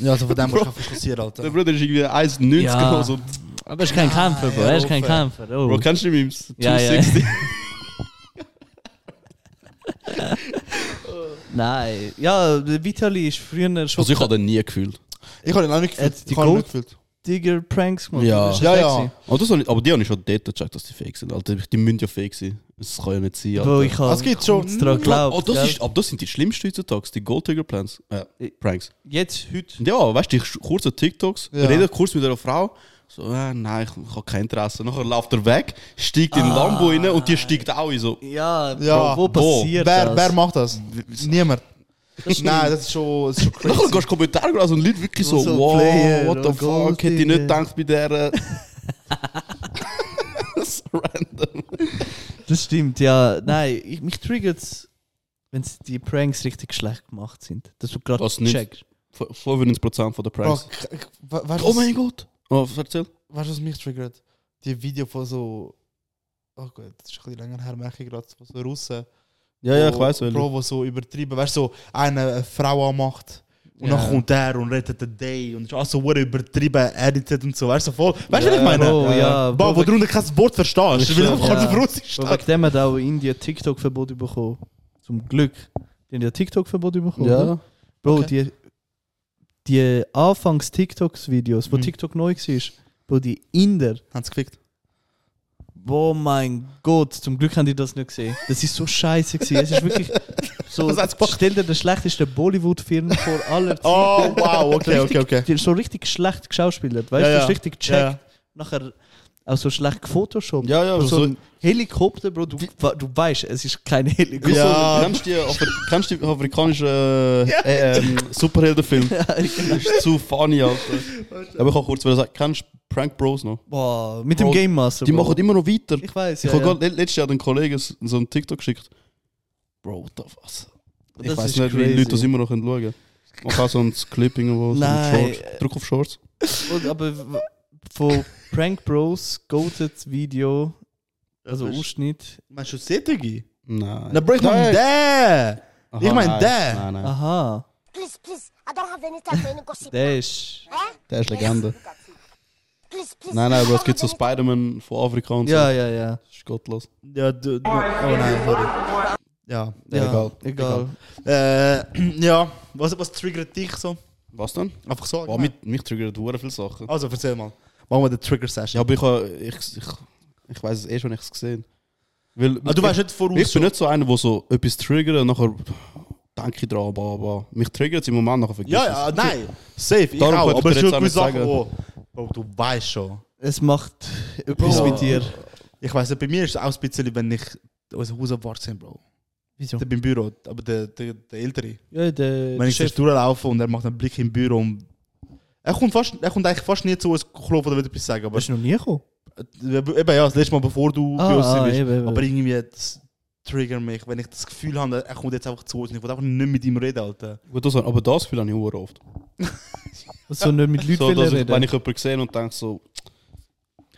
Speaker 1: ja, also von dem musst du fokussieren, Alter.
Speaker 3: Der Bruder ist irgendwie 1,90
Speaker 7: Ja.
Speaker 3: oder so.
Speaker 7: Aber er ist kein
Speaker 3: Ah,
Speaker 7: Kämpfer, Bro. Er ist kein
Speaker 1: Hör auf,
Speaker 7: Kämpfer. Oh.
Speaker 3: Bro, kennst du die Memes?
Speaker 7: Ja, ja.
Speaker 3: 260.
Speaker 2: Nein. Ja, der Vitali ist früher schon
Speaker 3: Also ich habe den nie gefühlt.
Speaker 1: Ich habe ihn auch nicht
Speaker 2: Er
Speaker 1: gefühlt.
Speaker 2: hat die
Speaker 1: Ich habe ihn nicht
Speaker 2: Gold
Speaker 1: gefühlt.
Speaker 2: Digger Pranks gemacht.
Speaker 3: Ja.
Speaker 2: Das ist
Speaker 1: Ja,
Speaker 2: fake
Speaker 1: ja.
Speaker 2: gewesen.
Speaker 3: Aber, das, hab ich- aber die habe ich schon dort gecheckt, dass die fake sind. Alter, die müssen ja fake sein. Das kann ja nicht sein. Alter.
Speaker 2: Bro, ich habe
Speaker 1: Das gibt schon.
Speaker 2: daran geglaubt.
Speaker 3: oh, das
Speaker 2: gell?
Speaker 3: ist, aber das sind die schlimmsten heutzutage, die Gold Tiger Plans. Äh, Pranks.
Speaker 2: Jetzt, heute.
Speaker 3: Ja, weißt du, die sch- kurzen TikToks,
Speaker 1: Ja.
Speaker 3: redet kurz mit einer Frau. So, äh, nein, ich, ich habe kein Interesse. Nachher läuft er weg, steigt in den
Speaker 2: Ah.
Speaker 3: Lambo rein und die steigt auch in so.
Speaker 2: Ja,
Speaker 1: Ja.
Speaker 2: Bro, wo passiert
Speaker 1: Wer,
Speaker 2: das?
Speaker 1: wer macht das? Niemand. Nein, das ist schon, das ist schon
Speaker 3: Nachher
Speaker 1: crazy.
Speaker 3: gehst du Kommentare lesen und Leute wirklich so,
Speaker 2: So
Speaker 3: wow,
Speaker 2: Player,
Speaker 3: what the
Speaker 2: oh Gott,
Speaker 3: fuck, hätte ich nicht
Speaker 2: Digga.
Speaker 3: gedacht bei der... so random.
Speaker 2: Das stimmt, ja. Nein, ich, mich triggert es, wenn die Pranks richtig schlecht gemacht sind. Dass du gerade
Speaker 3: Das nicht.
Speaker 2: checkst.
Speaker 3: 95% von der
Speaker 1: Bro,
Speaker 3: Pranks.
Speaker 1: k- k- we- weißt du,
Speaker 3: Oh
Speaker 1: was-
Speaker 3: mein Gott. Oh, erzähl.
Speaker 1: weißt du, was mich triggert? Die Video von so. Oh gut, das ist ein bisschen länger her, merke ich gerade. Von so Russen.
Speaker 3: Ja, ja, ich weiß
Speaker 1: Bro, wo so übertrieben, weißt du, so eine, eine Frau anmacht und
Speaker 2: Ja.
Speaker 1: dann kommt er und rettet den Day und ist auch so hure übertrieben, edited und so, weißt du, voll. Weißt du, was ich meine?
Speaker 2: Bro, ja.
Speaker 1: Boah, wo
Speaker 2: Bro,
Speaker 1: du darunter kein Wort verstehst, weil du einfach
Speaker 2: Ja.
Speaker 1: auf Russisch
Speaker 2: Bro,
Speaker 1: stehst.
Speaker 2: wegen dem hat auch Indien TikTok-Verbot bekommen. Zum Glück. Die haben ja TikTok-Verbot bekommen. oder?
Speaker 3: Ja.
Speaker 2: Bro,
Speaker 1: Okay.
Speaker 2: die, die Anfangs-TikToks-Videos, wo
Speaker 1: Mhm.
Speaker 2: TikTok neu war, Bro, die Inder.
Speaker 1: Haben sie gefickt.
Speaker 2: Oh mein Gott, zum Glück haben die das nicht gesehen. Das ist so scheiße gewesen. Es ist wirklich so.
Speaker 1: Was hat's gemacht?
Speaker 2: Stell dir den schlechtesten Bollywood-Film vor aller Zeiten.
Speaker 1: Oh, wow, okay,
Speaker 2: so
Speaker 1: okay,
Speaker 2: richtig,
Speaker 1: okay.
Speaker 2: die- So richtig schlecht geschauspielert, weißt
Speaker 1: Ja,
Speaker 2: du?
Speaker 1: ja.
Speaker 2: Das ist richtig gecheckt. Nachher auch so schlecht gefotoshoppt.
Speaker 3: Ja, ja,
Speaker 2: Bro, so,
Speaker 3: so-
Speaker 2: ein Helikopter, Bro, du, du weißt, es ist kein Helikopter.
Speaker 1: Ja.
Speaker 3: Kennst du die, Afri- kennst du die afrikanischen äh, äh, ähm, Superheldenfilme? Das ist zu funny, Alter. Aber ich kann kurz sagen, kennst du Prank Bros noch?
Speaker 2: Boah, mit
Speaker 1: Oh,
Speaker 3: Bro,
Speaker 2: dem Game Master.
Speaker 3: Die
Speaker 2: Bro.
Speaker 3: machen immer noch weiter.
Speaker 2: Ich weiß,
Speaker 3: Ich
Speaker 2: ja.
Speaker 3: habe
Speaker 2: ja.
Speaker 3: gerade le- letztes Jahr den Kollegen s- so einen TikTok geschickt. Bro, what the was? Ich
Speaker 2: Das
Speaker 3: weiß
Speaker 2: ist
Speaker 3: nicht, wie
Speaker 2: crazy.
Speaker 3: Leute das immer noch schauen können. Man kann so ein Clip irgendwo, so ein
Speaker 2: Nein.
Speaker 3: Shorts. Druck auf Shorts.
Speaker 2: Und, aber w- von Prank Bros Goated Video, also Ausschnitt.
Speaker 1: Meinst du Sättige?
Speaker 3: Nein.
Speaker 1: Na, Bro, ich mein der! Ich mein der!
Speaker 2: Aha.
Speaker 14: Please, please, I don't have any time for any gossip.
Speaker 2: Der ist.
Speaker 3: Der ist Legende.
Speaker 14: Please, please.
Speaker 3: Nein, nein, Bro, es gibt so Spider-Man von Afrika und so.
Speaker 2: Ja, ja, ja.
Speaker 3: Das ist gottlos.
Speaker 1: Ja, du, du, oh nein, sorry. Ja,
Speaker 2: Ja,
Speaker 3: egal.
Speaker 2: egal.
Speaker 1: Äh, ja, was, was triggert dich so?
Speaker 3: Was denn?
Speaker 1: Einfach so.
Speaker 3: Boah,
Speaker 1: allgemein.
Speaker 3: mit, mich triggern hure viele Sachen.
Speaker 1: Also, erzähl mal. Machen wir die Trigger-Session.
Speaker 3: Ja, aber ich, ha- ich, ich, ich weiß es eh schon, ich es gesehen. Weil,
Speaker 1: Ah, du weißt nicht voraus
Speaker 3: Ich
Speaker 1: so-
Speaker 3: bin nicht so einer, der so etwas triggert und nachher denke ich dran, bla bla. Mich triggert es im Moment nachher vergisst
Speaker 1: Ja,
Speaker 3: es.
Speaker 1: ja, nein. Safe, ich
Speaker 3: Darum
Speaker 1: auch.
Speaker 3: könnte
Speaker 1: Aber
Speaker 3: ich
Speaker 1: es
Speaker 3: dir
Speaker 1: ist
Speaker 3: jetzt auch
Speaker 1: eine
Speaker 3: nicht
Speaker 1: Sache,
Speaker 3: sagen.
Speaker 1: wo, Bro, du weißt schon.
Speaker 2: Es macht etwas
Speaker 3: Oh.
Speaker 1: Bro.
Speaker 2: mit dir.
Speaker 1: Ich weiß nicht, bei mir ist es auch ein bisschen, wenn ich unser Haus abwart sind, Bro.
Speaker 2: Wieso?
Speaker 1: Der beim Büro, aber der, der, der Ältere.
Speaker 2: Ja, der
Speaker 1: wenn ich
Speaker 2: Chef.
Speaker 1: Chef. durchlaufe und er macht einen Blick im Büro und er kommt, fast, er kommt eigentlich fast nie zu uns klopfen oder etwas sagen. Aber
Speaker 2: Bist du noch nie gekommen?
Speaker 1: Eben ja, das letzte Mal, bevor du
Speaker 2: Dus- Ah,
Speaker 1: bei uns
Speaker 2: ah,
Speaker 1: bist.
Speaker 2: eben, eben.
Speaker 1: Aber irgendwie das triggert mich, wenn ich das Gefühl habe, er kommt jetzt einfach zu uns. Ich will einfach nicht mit ihm reden, Alter.
Speaker 3: Gut, das, aber das fühle ich auch oft.
Speaker 2: So nicht mit Leuten
Speaker 3: So,
Speaker 2: will
Speaker 3: dass ich,
Speaker 2: reden.
Speaker 3: wenn ich jemanden sehe und denke so,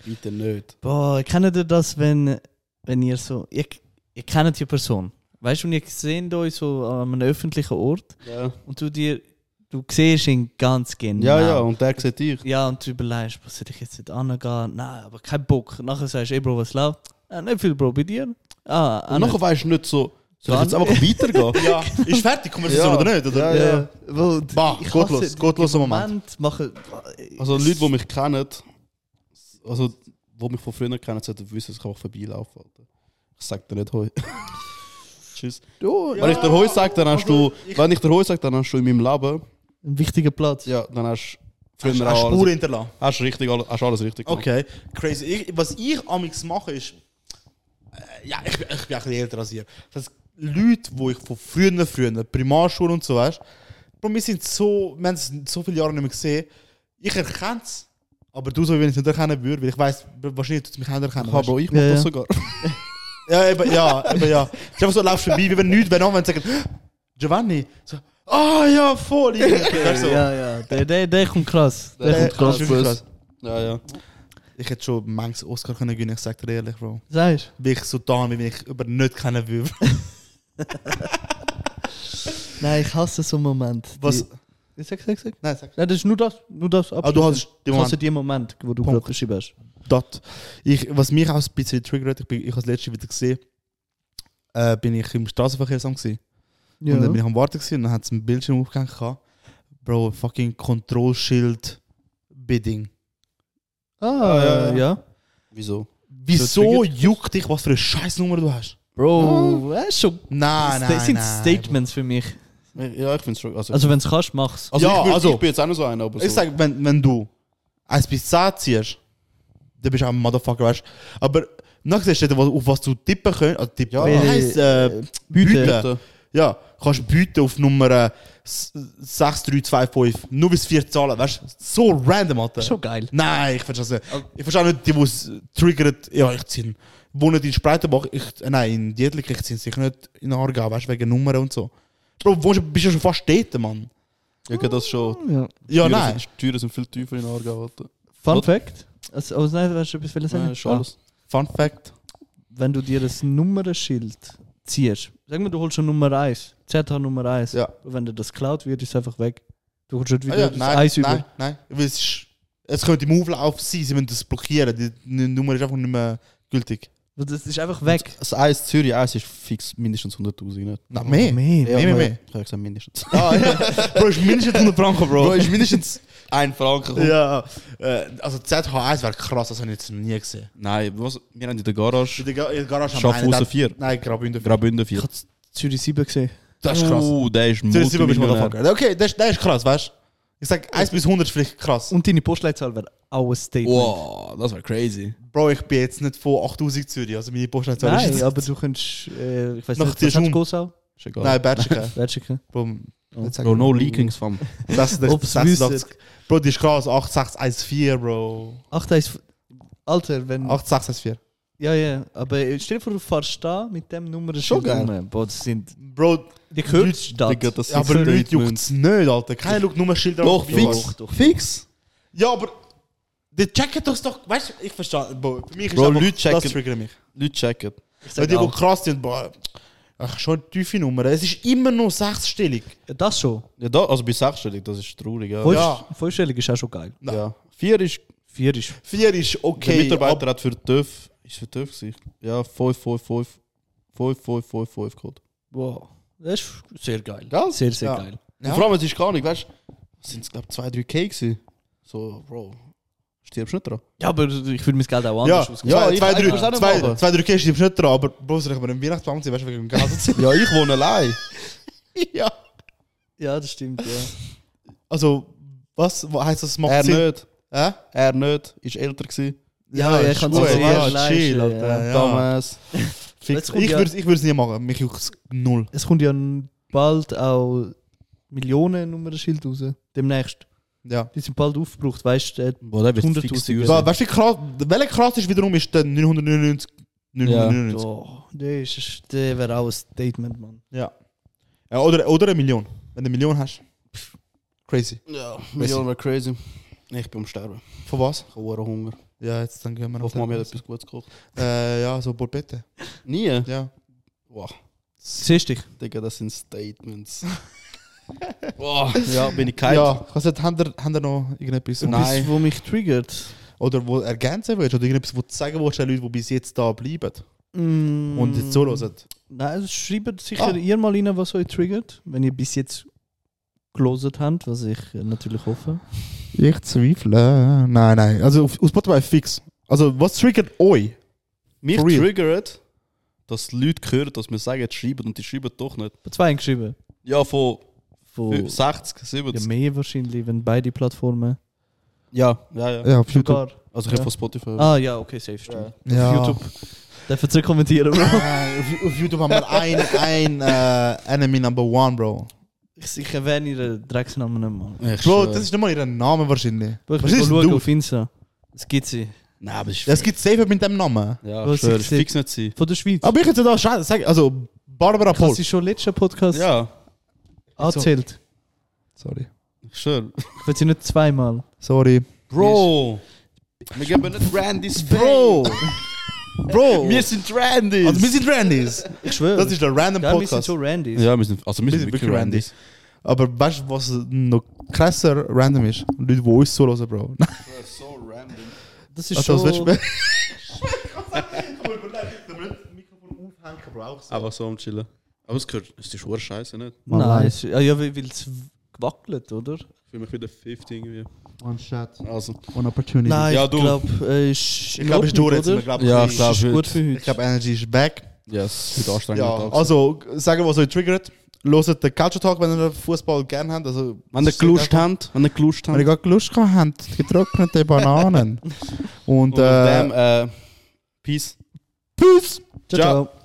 Speaker 3: bitte nicht.
Speaker 2: Boah, kennt ihr das, wenn, wenn ihr so. Ihr, ihr kennt die Person. Weißt du, und ihr seht euch so an einem öffentlichen Ort
Speaker 3: Ja.
Speaker 2: und du dir. Du siehst ihn ganz genau.
Speaker 3: Ja, ja, und der sieht dich.
Speaker 2: Ja, und du überlegst, was soll ich jetzt nicht angehen? Nein, aber kein Bock. Nachher sagst du, ey Bro, was läuft? Ah, nicht viel, Bro, bei dir? Ah, auch
Speaker 3: Und
Speaker 2: nicht.
Speaker 3: nachher weisst du nicht so, soll ich
Speaker 2: Dann-
Speaker 3: jetzt einfach weitergehen?
Speaker 1: Ja, ist fertig, Konversation
Speaker 3: Ja.
Speaker 1: oder nicht? Oder?
Speaker 3: Ja,
Speaker 2: Ja, weil
Speaker 1: Bah,
Speaker 2: ich
Speaker 1: geht
Speaker 2: hasse
Speaker 1: los,
Speaker 2: die-
Speaker 1: geht los
Speaker 2: die
Speaker 1: im Moment.
Speaker 2: Momente machen.
Speaker 3: Also Leute, die mich kennen, also die mich von früher kennen, sollten wissen, dass ich einfach vorbeilaufe. Alter. Ich sag dir nicht Hoi. Tschüss.
Speaker 2: Ja,
Speaker 3: Wenn ich dir Hoi sage, dann hast
Speaker 1: Also,
Speaker 3: du, wenn ich dir Hoi sage, dann hast du in meinem Leben,
Speaker 2: ein wichtiger Platz.
Speaker 3: ja, dann hast du früher
Speaker 1: Hast
Speaker 3: auch
Speaker 1: Spuren
Speaker 3: alles,
Speaker 1: hinterlassen.
Speaker 3: hast du richtig, alles- hast du alles richtig gemacht.
Speaker 1: Okay, crazy. Ich, was ich amix mache ist, äh, ja, ich, bin- ich bin ein bisschen älter als ihr. Das heißt, Leute, die ich von früher, früher, Primarschule und so weißt, Bro, wir sind so, wir haben es so viele Jahre nicht mehr gesehen. Ich erkenne es, aber du so, wie wenn ich es nicht erkennen würde, weil ich weiß, wahrscheinlich tut es mich auch erkennen.
Speaker 3: Ah,
Speaker 1: weißt du?
Speaker 3: Bro, ich mach
Speaker 2: Ja, ja.
Speaker 3: das sogar.
Speaker 1: Ja, eben, ja, eben, ja. Ich einfach so laufst vorbei, wie wenn nichts wäre, und wenn sie sagen, Giovanni, so, ah ja, voll. ich- Weißt du, so,
Speaker 2: Ja, ja, der, der, der kommt krass. Der,
Speaker 1: äh,
Speaker 2: kommt krass.
Speaker 1: das ist wirklich krass.
Speaker 3: Ja, ja.
Speaker 1: Ich hätte schon manches Oscar können gewinnen, ich sag dir ehrlich, Bro.
Speaker 2: Sagst
Speaker 1: bin ich so da, wie wenn ich über nicht kennen würde.
Speaker 2: du? Nein, ich hasse so einen Moment.
Speaker 1: Was?
Speaker 2: Die, Ich sag, sag, sag.
Speaker 1: Nein, sag.
Speaker 2: Nein, das ist nur das. Nur das
Speaker 1: Ah, du hast den
Speaker 2: Ich hasse
Speaker 1: Moment.
Speaker 2: den Moment, wo du gerade beschrieben hast.
Speaker 1: Dort. Ich, was mich auch ein bisschen triggert, ich, bin- ich habe das letzte wieder gesehen, äh, bin ich im Straßenverkehrsamt gewesen.
Speaker 2: Ja.
Speaker 1: Und dann bin ich am Warten gewesen und dann hat es einen Bildschirm aufgehängt. gehabt. Bro, fucking Kontrollschild Bidding.
Speaker 2: ah, ja. ja.
Speaker 3: Wieso?
Speaker 1: Wieso juckt dich, was für eine Scheißnummer du hast? Oh.
Speaker 2: Bro, das ist schon.
Speaker 1: Nein, nein,
Speaker 2: das sind
Speaker 1: nein.
Speaker 2: Statements für mich.
Speaker 3: Ja, ich find's schon. Also,
Speaker 2: Also, wenn du es kannst, mach's.
Speaker 3: also,
Speaker 1: Ja,
Speaker 3: ich, würd,
Speaker 1: also-
Speaker 3: ich bin jetzt auch noch so einer, aber so.
Speaker 1: Ich sag, wenn, wenn du eins bis 10 ziehst, dann bist du auch ein Motherfucker, weißt du. Aber nachher siehst du, dann, auf was du tippen könst. Also tippen,
Speaker 3: Ja.
Speaker 1: wie heisst äh,
Speaker 2: Bieten.
Speaker 1: Bieten. Ja, kannst bieten auf Nummer äh, s- 6325. Nur bis vier Zahlen, weißt du? So random, Alter.
Speaker 2: Schon geil.
Speaker 1: Nein, ich verstehe es nicht. Ich verstehe nicht, die, die es triggert. Ja, ich ziehe. Wohnen in Spreitenbach, ich, äh, nein, in Dietlik, ich ziehe sicher nicht in Aargau, weißt du, wegen Nummern und so. Bro, wohnst, du- bist ja schon fast dort, Mann.
Speaker 3: Ja, okay, das ist schon.
Speaker 2: Ja.
Speaker 1: Ja,
Speaker 3: Türen
Speaker 1: nein.
Speaker 3: Sind, Türen sind viel tiefer in Aargau, Alter.
Speaker 2: Fun
Speaker 3: Was?
Speaker 2: Fact. Also, oh, nein, hast du etwas wollen sagen?
Speaker 3: Nein, ist alles.
Speaker 1: Fun Fact.
Speaker 2: Ah. wenn du dir ein Nummernschild ziehst, sagen wir, du holst schon Nummer 1, ZH Nummer 1,
Speaker 1: Ja.
Speaker 2: wenn dir das geklaut wird, ist es einfach weg. Du holst nicht wieder
Speaker 1: Ah, ja,
Speaker 2: das
Speaker 1: nein,
Speaker 2: Eis
Speaker 1: nein,
Speaker 2: über.
Speaker 1: nein. Weil es, ist, es könnte im Auflauf sein, sie müssen das blockieren. Die die Nummer ist einfach nicht mehr gültig.
Speaker 2: Weil Das ist einfach weg.
Speaker 3: Das Eis Zürich Eis ist fix mindestens 100.000, nicht?
Speaker 1: Nein, mehr.
Speaker 2: mehr,
Speaker 1: mehr, mehr, mehr.
Speaker 3: Ich habe gesagt, mindestens.
Speaker 1: Ah, ja. Bro, ist mindestens 100 Franken, Bro.
Speaker 3: Bro, ist mindestens ein Franken. gekommen.
Speaker 1: Ja, äh, also ZH1 wäre krass, das habe ich jetzt noch nie gesehen.
Speaker 3: Nein, was, wir haben in der Garage
Speaker 1: In der Ga- in der Garage haben wir
Speaker 3: Schaffhausen
Speaker 1: einen, der-
Speaker 3: vier.
Speaker 1: Nein, Graubünden 4.
Speaker 3: Graubünden 4.
Speaker 2: Ich habe Zürich 7 gesehen.
Speaker 1: Das ist krass.
Speaker 3: Oh, der ist
Speaker 1: Zürich 7 bist du
Speaker 3: Multimillionär.
Speaker 1: Motherfucker. Okay, das, das ist krass, weißt du? Ich sag 1 bis 100 ist vielleicht krass.
Speaker 2: Und deine Postleitzahl wäre auch ein Statement.
Speaker 3: Wow, das war crazy.
Speaker 1: Bro, ich bin jetzt nicht von 8000 Zürich, also meine Postleitzahl ist
Speaker 2: Nein,
Speaker 1: jetzt-
Speaker 2: aber du könntest, äh, ich weiß
Speaker 1: Nach
Speaker 2: nicht,
Speaker 1: dir
Speaker 2: was hast du
Speaker 1: schon.
Speaker 2: Gossau?
Speaker 3: Ist egal.
Speaker 1: Nein, Bertschke.
Speaker 2: Wer schicken?
Speaker 1: Bro, jetzt sag-
Speaker 3: Bro, no leakings, fam.
Speaker 1: Das ist
Speaker 2: Ob's
Speaker 1: 86. Bro, die ist krass. 8614, Bro.
Speaker 2: 8 ist. Alter, wenn.
Speaker 1: 8614.
Speaker 2: Ja, ja, aber stell dir vor, du fährst da mit dem Nummernschild.
Speaker 3: Schon geil.
Speaker 2: rum. Boah, das sind.
Speaker 1: Bro,
Speaker 2: Die hörst das.
Speaker 3: Digga, das
Speaker 1: aber
Speaker 3: sind
Speaker 1: Leute
Speaker 3: Statements.
Speaker 1: juckt es nicht, Alter. Keiner schaut nur Schilder
Speaker 3: Doch,
Speaker 1: auf die Uhr.
Speaker 3: fix. Fix.
Speaker 1: Ja, aber Die checken doch doch, weißt du, ich verstehe. Boah, für mich
Speaker 3: Bro,
Speaker 1: ist
Speaker 3: Leute checken.
Speaker 1: das triggert mich.
Speaker 3: Leute checken.
Speaker 1: Weil die, die krass sind, boah, ach, schon eine tiefe Nummer. Es ist immer nur sechsstellig.
Speaker 2: das schon.
Speaker 3: Ja, da, also bei sechsstellig, das ist traurig. Ja.
Speaker 2: Voll, Vollstellung ist auch schon geil.
Speaker 3: Ja. Vier ist.
Speaker 2: Vier ist.
Speaker 1: Vier ist okay.
Speaker 3: Der Mitarbeiter hat für TÜV. Ist für TÜV gewesen? Ja, 5, 5, 5. 5, 5, 5, 5 Code.
Speaker 2: Wow. Das ist sehr geil.
Speaker 3: Gell?
Speaker 2: Sehr, sehr
Speaker 3: Ja.
Speaker 2: geil.
Speaker 3: Und vor allem, es ist gar nicht, weißt du, sind es, glaube ich, 2, 3 K gewesen. So, Bro, stirbst nicht dran.
Speaker 2: Ja, aber ich würde mein Geld auch
Speaker 1: Ja,
Speaker 2: anders ausgeben.
Speaker 1: ja,
Speaker 3: ich-
Speaker 1: zwei,
Speaker 3: ich
Speaker 1: drei,
Speaker 3: kann's auch nicht
Speaker 1: zwei,
Speaker 3: machen.
Speaker 1: zwei, drei Kisten nicht dran, aber bloß wenn wir im Weihnachtsbaum sind, weißt du, wegen dem Gas.
Speaker 3: Ja, ich wohne allein.
Speaker 1: ja.
Speaker 2: Ja, das stimmt, ja.
Speaker 1: Also, was wo heisst das, macht
Speaker 3: Er
Speaker 1: Sinn?
Speaker 3: nicht.
Speaker 1: Hä?
Speaker 3: Er nicht. Ist älter gewesen.
Speaker 2: Ja, ja, ich
Speaker 1: ist
Speaker 2: kann's
Speaker 1: gut.
Speaker 2: auch
Speaker 1: Ja,
Speaker 2: leisten,
Speaker 1: chill,
Speaker 2: ja.
Speaker 1: Alter. Ja.
Speaker 3: Damals.
Speaker 1: Fix.
Speaker 2: Jetzt kommt
Speaker 1: Ich
Speaker 2: ja-
Speaker 1: würde es nie machen, mich juckt's null.
Speaker 2: Es kommt ja bald auch Millionen Nummernschild raus. Demnächst.
Speaker 1: Ja.
Speaker 2: Die sind bald aufgebraucht, weißt du? äh,
Speaker 3: Boah, der wird fix
Speaker 2: 100.000
Speaker 1: So, weißt du, wie krass, welcher krass ist wiederum, ist der 999. 999.
Speaker 2: Oh, der, ist- der wäre auch ein Statement, Mann.
Speaker 1: Ja. ja. Oder, oder eine Million. Wenn du eine Million hast. Pff, Crazy.
Speaker 3: Ja, Million war crazy. Ich bin am Sterben.
Speaker 1: Von was?
Speaker 3: Ich habe hohen Hunger.
Speaker 1: Ja, jetzt dann gehen wir
Speaker 3: Ich
Speaker 1: noch.
Speaker 3: hoffe, Mami hat etwas Gutes gekocht.
Speaker 1: äh, Ja, so Borbette.
Speaker 3: Nie?
Speaker 1: Ja.
Speaker 3: Wow.
Speaker 2: Siehst du dich?
Speaker 3: Digga, das sind Statements. Boah. Ja, bin ich kalt.
Speaker 1: Ja, was hat, haben wir haben wir noch irgendetwas?
Speaker 2: Etwas, wo mich triggert.
Speaker 1: Oder wo ergänzen willst? Oder irgendetwas, wo du sagen willst, den Leuten, die bis jetzt da bleiben
Speaker 2: Mm.
Speaker 1: und jetzt zuhören?
Speaker 2: Nein, also schreibt sicher
Speaker 1: Ah.
Speaker 2: ihr mal rein, was euch triggert, wenn ihr bis jetzt gelesen habt, was ich äh, natürlich hoffe.
Speaker 1: Ich zweifle. Nein, nein. Also auf, auf Spotify fix. Also, was triggert euch?
Speaker 3: Mich
Speaker 1: For real.
Speaker 3: triggert, dass Leute hören, dass wir sagen, schreiben und die schreiben doch nicht.
Speaker 2: Ich habe zwei geschrieben.
Speaker 3: Ja, von Oh.
Speaker 2: Von
Speaker 3: 60,
Speaker 2: ja,
Speaker 3: 70.
Speaker 2: mehr wahrscheinlich, wenn beide Plattformen.
Speaker 3: Ja, ja, ja.
Speaker 1: Ja, auf YouTube.
Speaker 2: Sogar.
Speaker 3: Also ich habe
Speaker 2: Ja.
Speaker 3: von Spotify.
Speaker 2: Ah ja, okay, safe stimmt.
Speaker 1: Ja.
Speaker 2: Auf YouTube. Darf ich kommentieren, Bro?
Speaker 1: Äh, auf, auf YouTube haben wir ein, ein äh, Enemy Number One, Bro.
Speaker 2: Ich, ich erwähne ihren Drecksnamen nicht mal.
Speaker 3: Ich
Speaker 1: Bro,
Speaker 3: schwör.
Speaker 1: das ist nicht mal ihr Name wahrscheinlich.
Speaker 2: Bro, Ich
Speaker 1: Was
Speaker 2: muss mal
Speaker 1: ist
Speaker 2: schauen
Speaker 1: du?
Speaker 2: auf Insta. Es gibt sie.
Speaker 3: Nein, aber ich
Speaker 1: Es gibt safe mit dem Namen.
Speaker 3: Ja,
Speaker 2: Was
Speaker 3: ich schwör,
Speaker 2: ich
Speaker 3: ich fix nicht sein.
Speaker 2: Von der Schweiz.
Speaker 1: Aber ich hätte da schade sagen, also Barbara Paul.
Speaker 2: das ist schon letzter Podcast
Speaker 3: Ja,
Speaker 2: angezählt.
Speaker 1: Sorry.
Speaker 3: ich schwör.
Speaker 2: Ich will sie nicht zweimal.
Speaker 1: Sorry.
Speaker 3: Bro! Wir geben nicht Randys
Speaker 1: Bro! Bro!
Speaker 3: Wir sind Randys!
Speaker 1: also, wir sind Randys.
Speaker 2: Ich schwöre.
Speaker 1: Das ist der Random
Speaker 2: ja, wir sind
Speaker 1: Podcast.
Speaker 2: so Randys.
Speaker 3: ja, wir sind, also wir sind wirklich Randys.
Speaker 1: Aber weißt du, was noch krasser random ist? Leute, die uns zuhören, Bro.
Speaker 3: So random.
Speaker 2: Das ist
Speaker 1: Also, das
Speaker 2: schon...
Speaker 1: wird schwer.
Speaker 3: Einfach so am Chillen. Aber es gehört, es ist hoher Scheiße, nicht?
Speaker 2: Nein, es, Ah, ja, ja, weil es gewackelt, oder?
Speaker 3: Ich fühle mich wieder 50 irgendwie.
Speaker 1: One shot,
Speaker 3: Also.
Speaker 1: one opportunity.
Speaker 2: Nein,
Speaker 3: Ja,
Speaker 2: ich
Speaker 3: du.
Speaker 2: glaube, äh, ist
Speaker 1: ich glaube, ich
Speaker 2: du
Speaker 1: tue jetzt. Ich glaube, ja,
Speaker 3: Ja, ich glaub,
Speaker 2: ist gut
Speaker 3: heute.
Speaker 2: für
Speaker 1: ich
Speaker 2: heute.
Speaker 1: glaube, Energy ist back.
Speaker 3: Yes, wird anstrengend.
Speaker 1: Ja, also, sagen wir, was euch triggert. Loset den Culture Talk, wenn ihr Fußball gerne habt. Also,
Speaker 3: wenn ihr geluscht habt, wenn ihr geluscht
Speaker 1: Wenn ihr
Speaker 3: habt.
Speaker 1: gerade Lust gehabt habt, getrocknete Bananen. Und,
Speaker 3: Und mit
Speaker 1: äh,
Speaker 3: dem, äh, Peace.
Speaker 1: Peace!
Speaker 2: Ciao, ciao.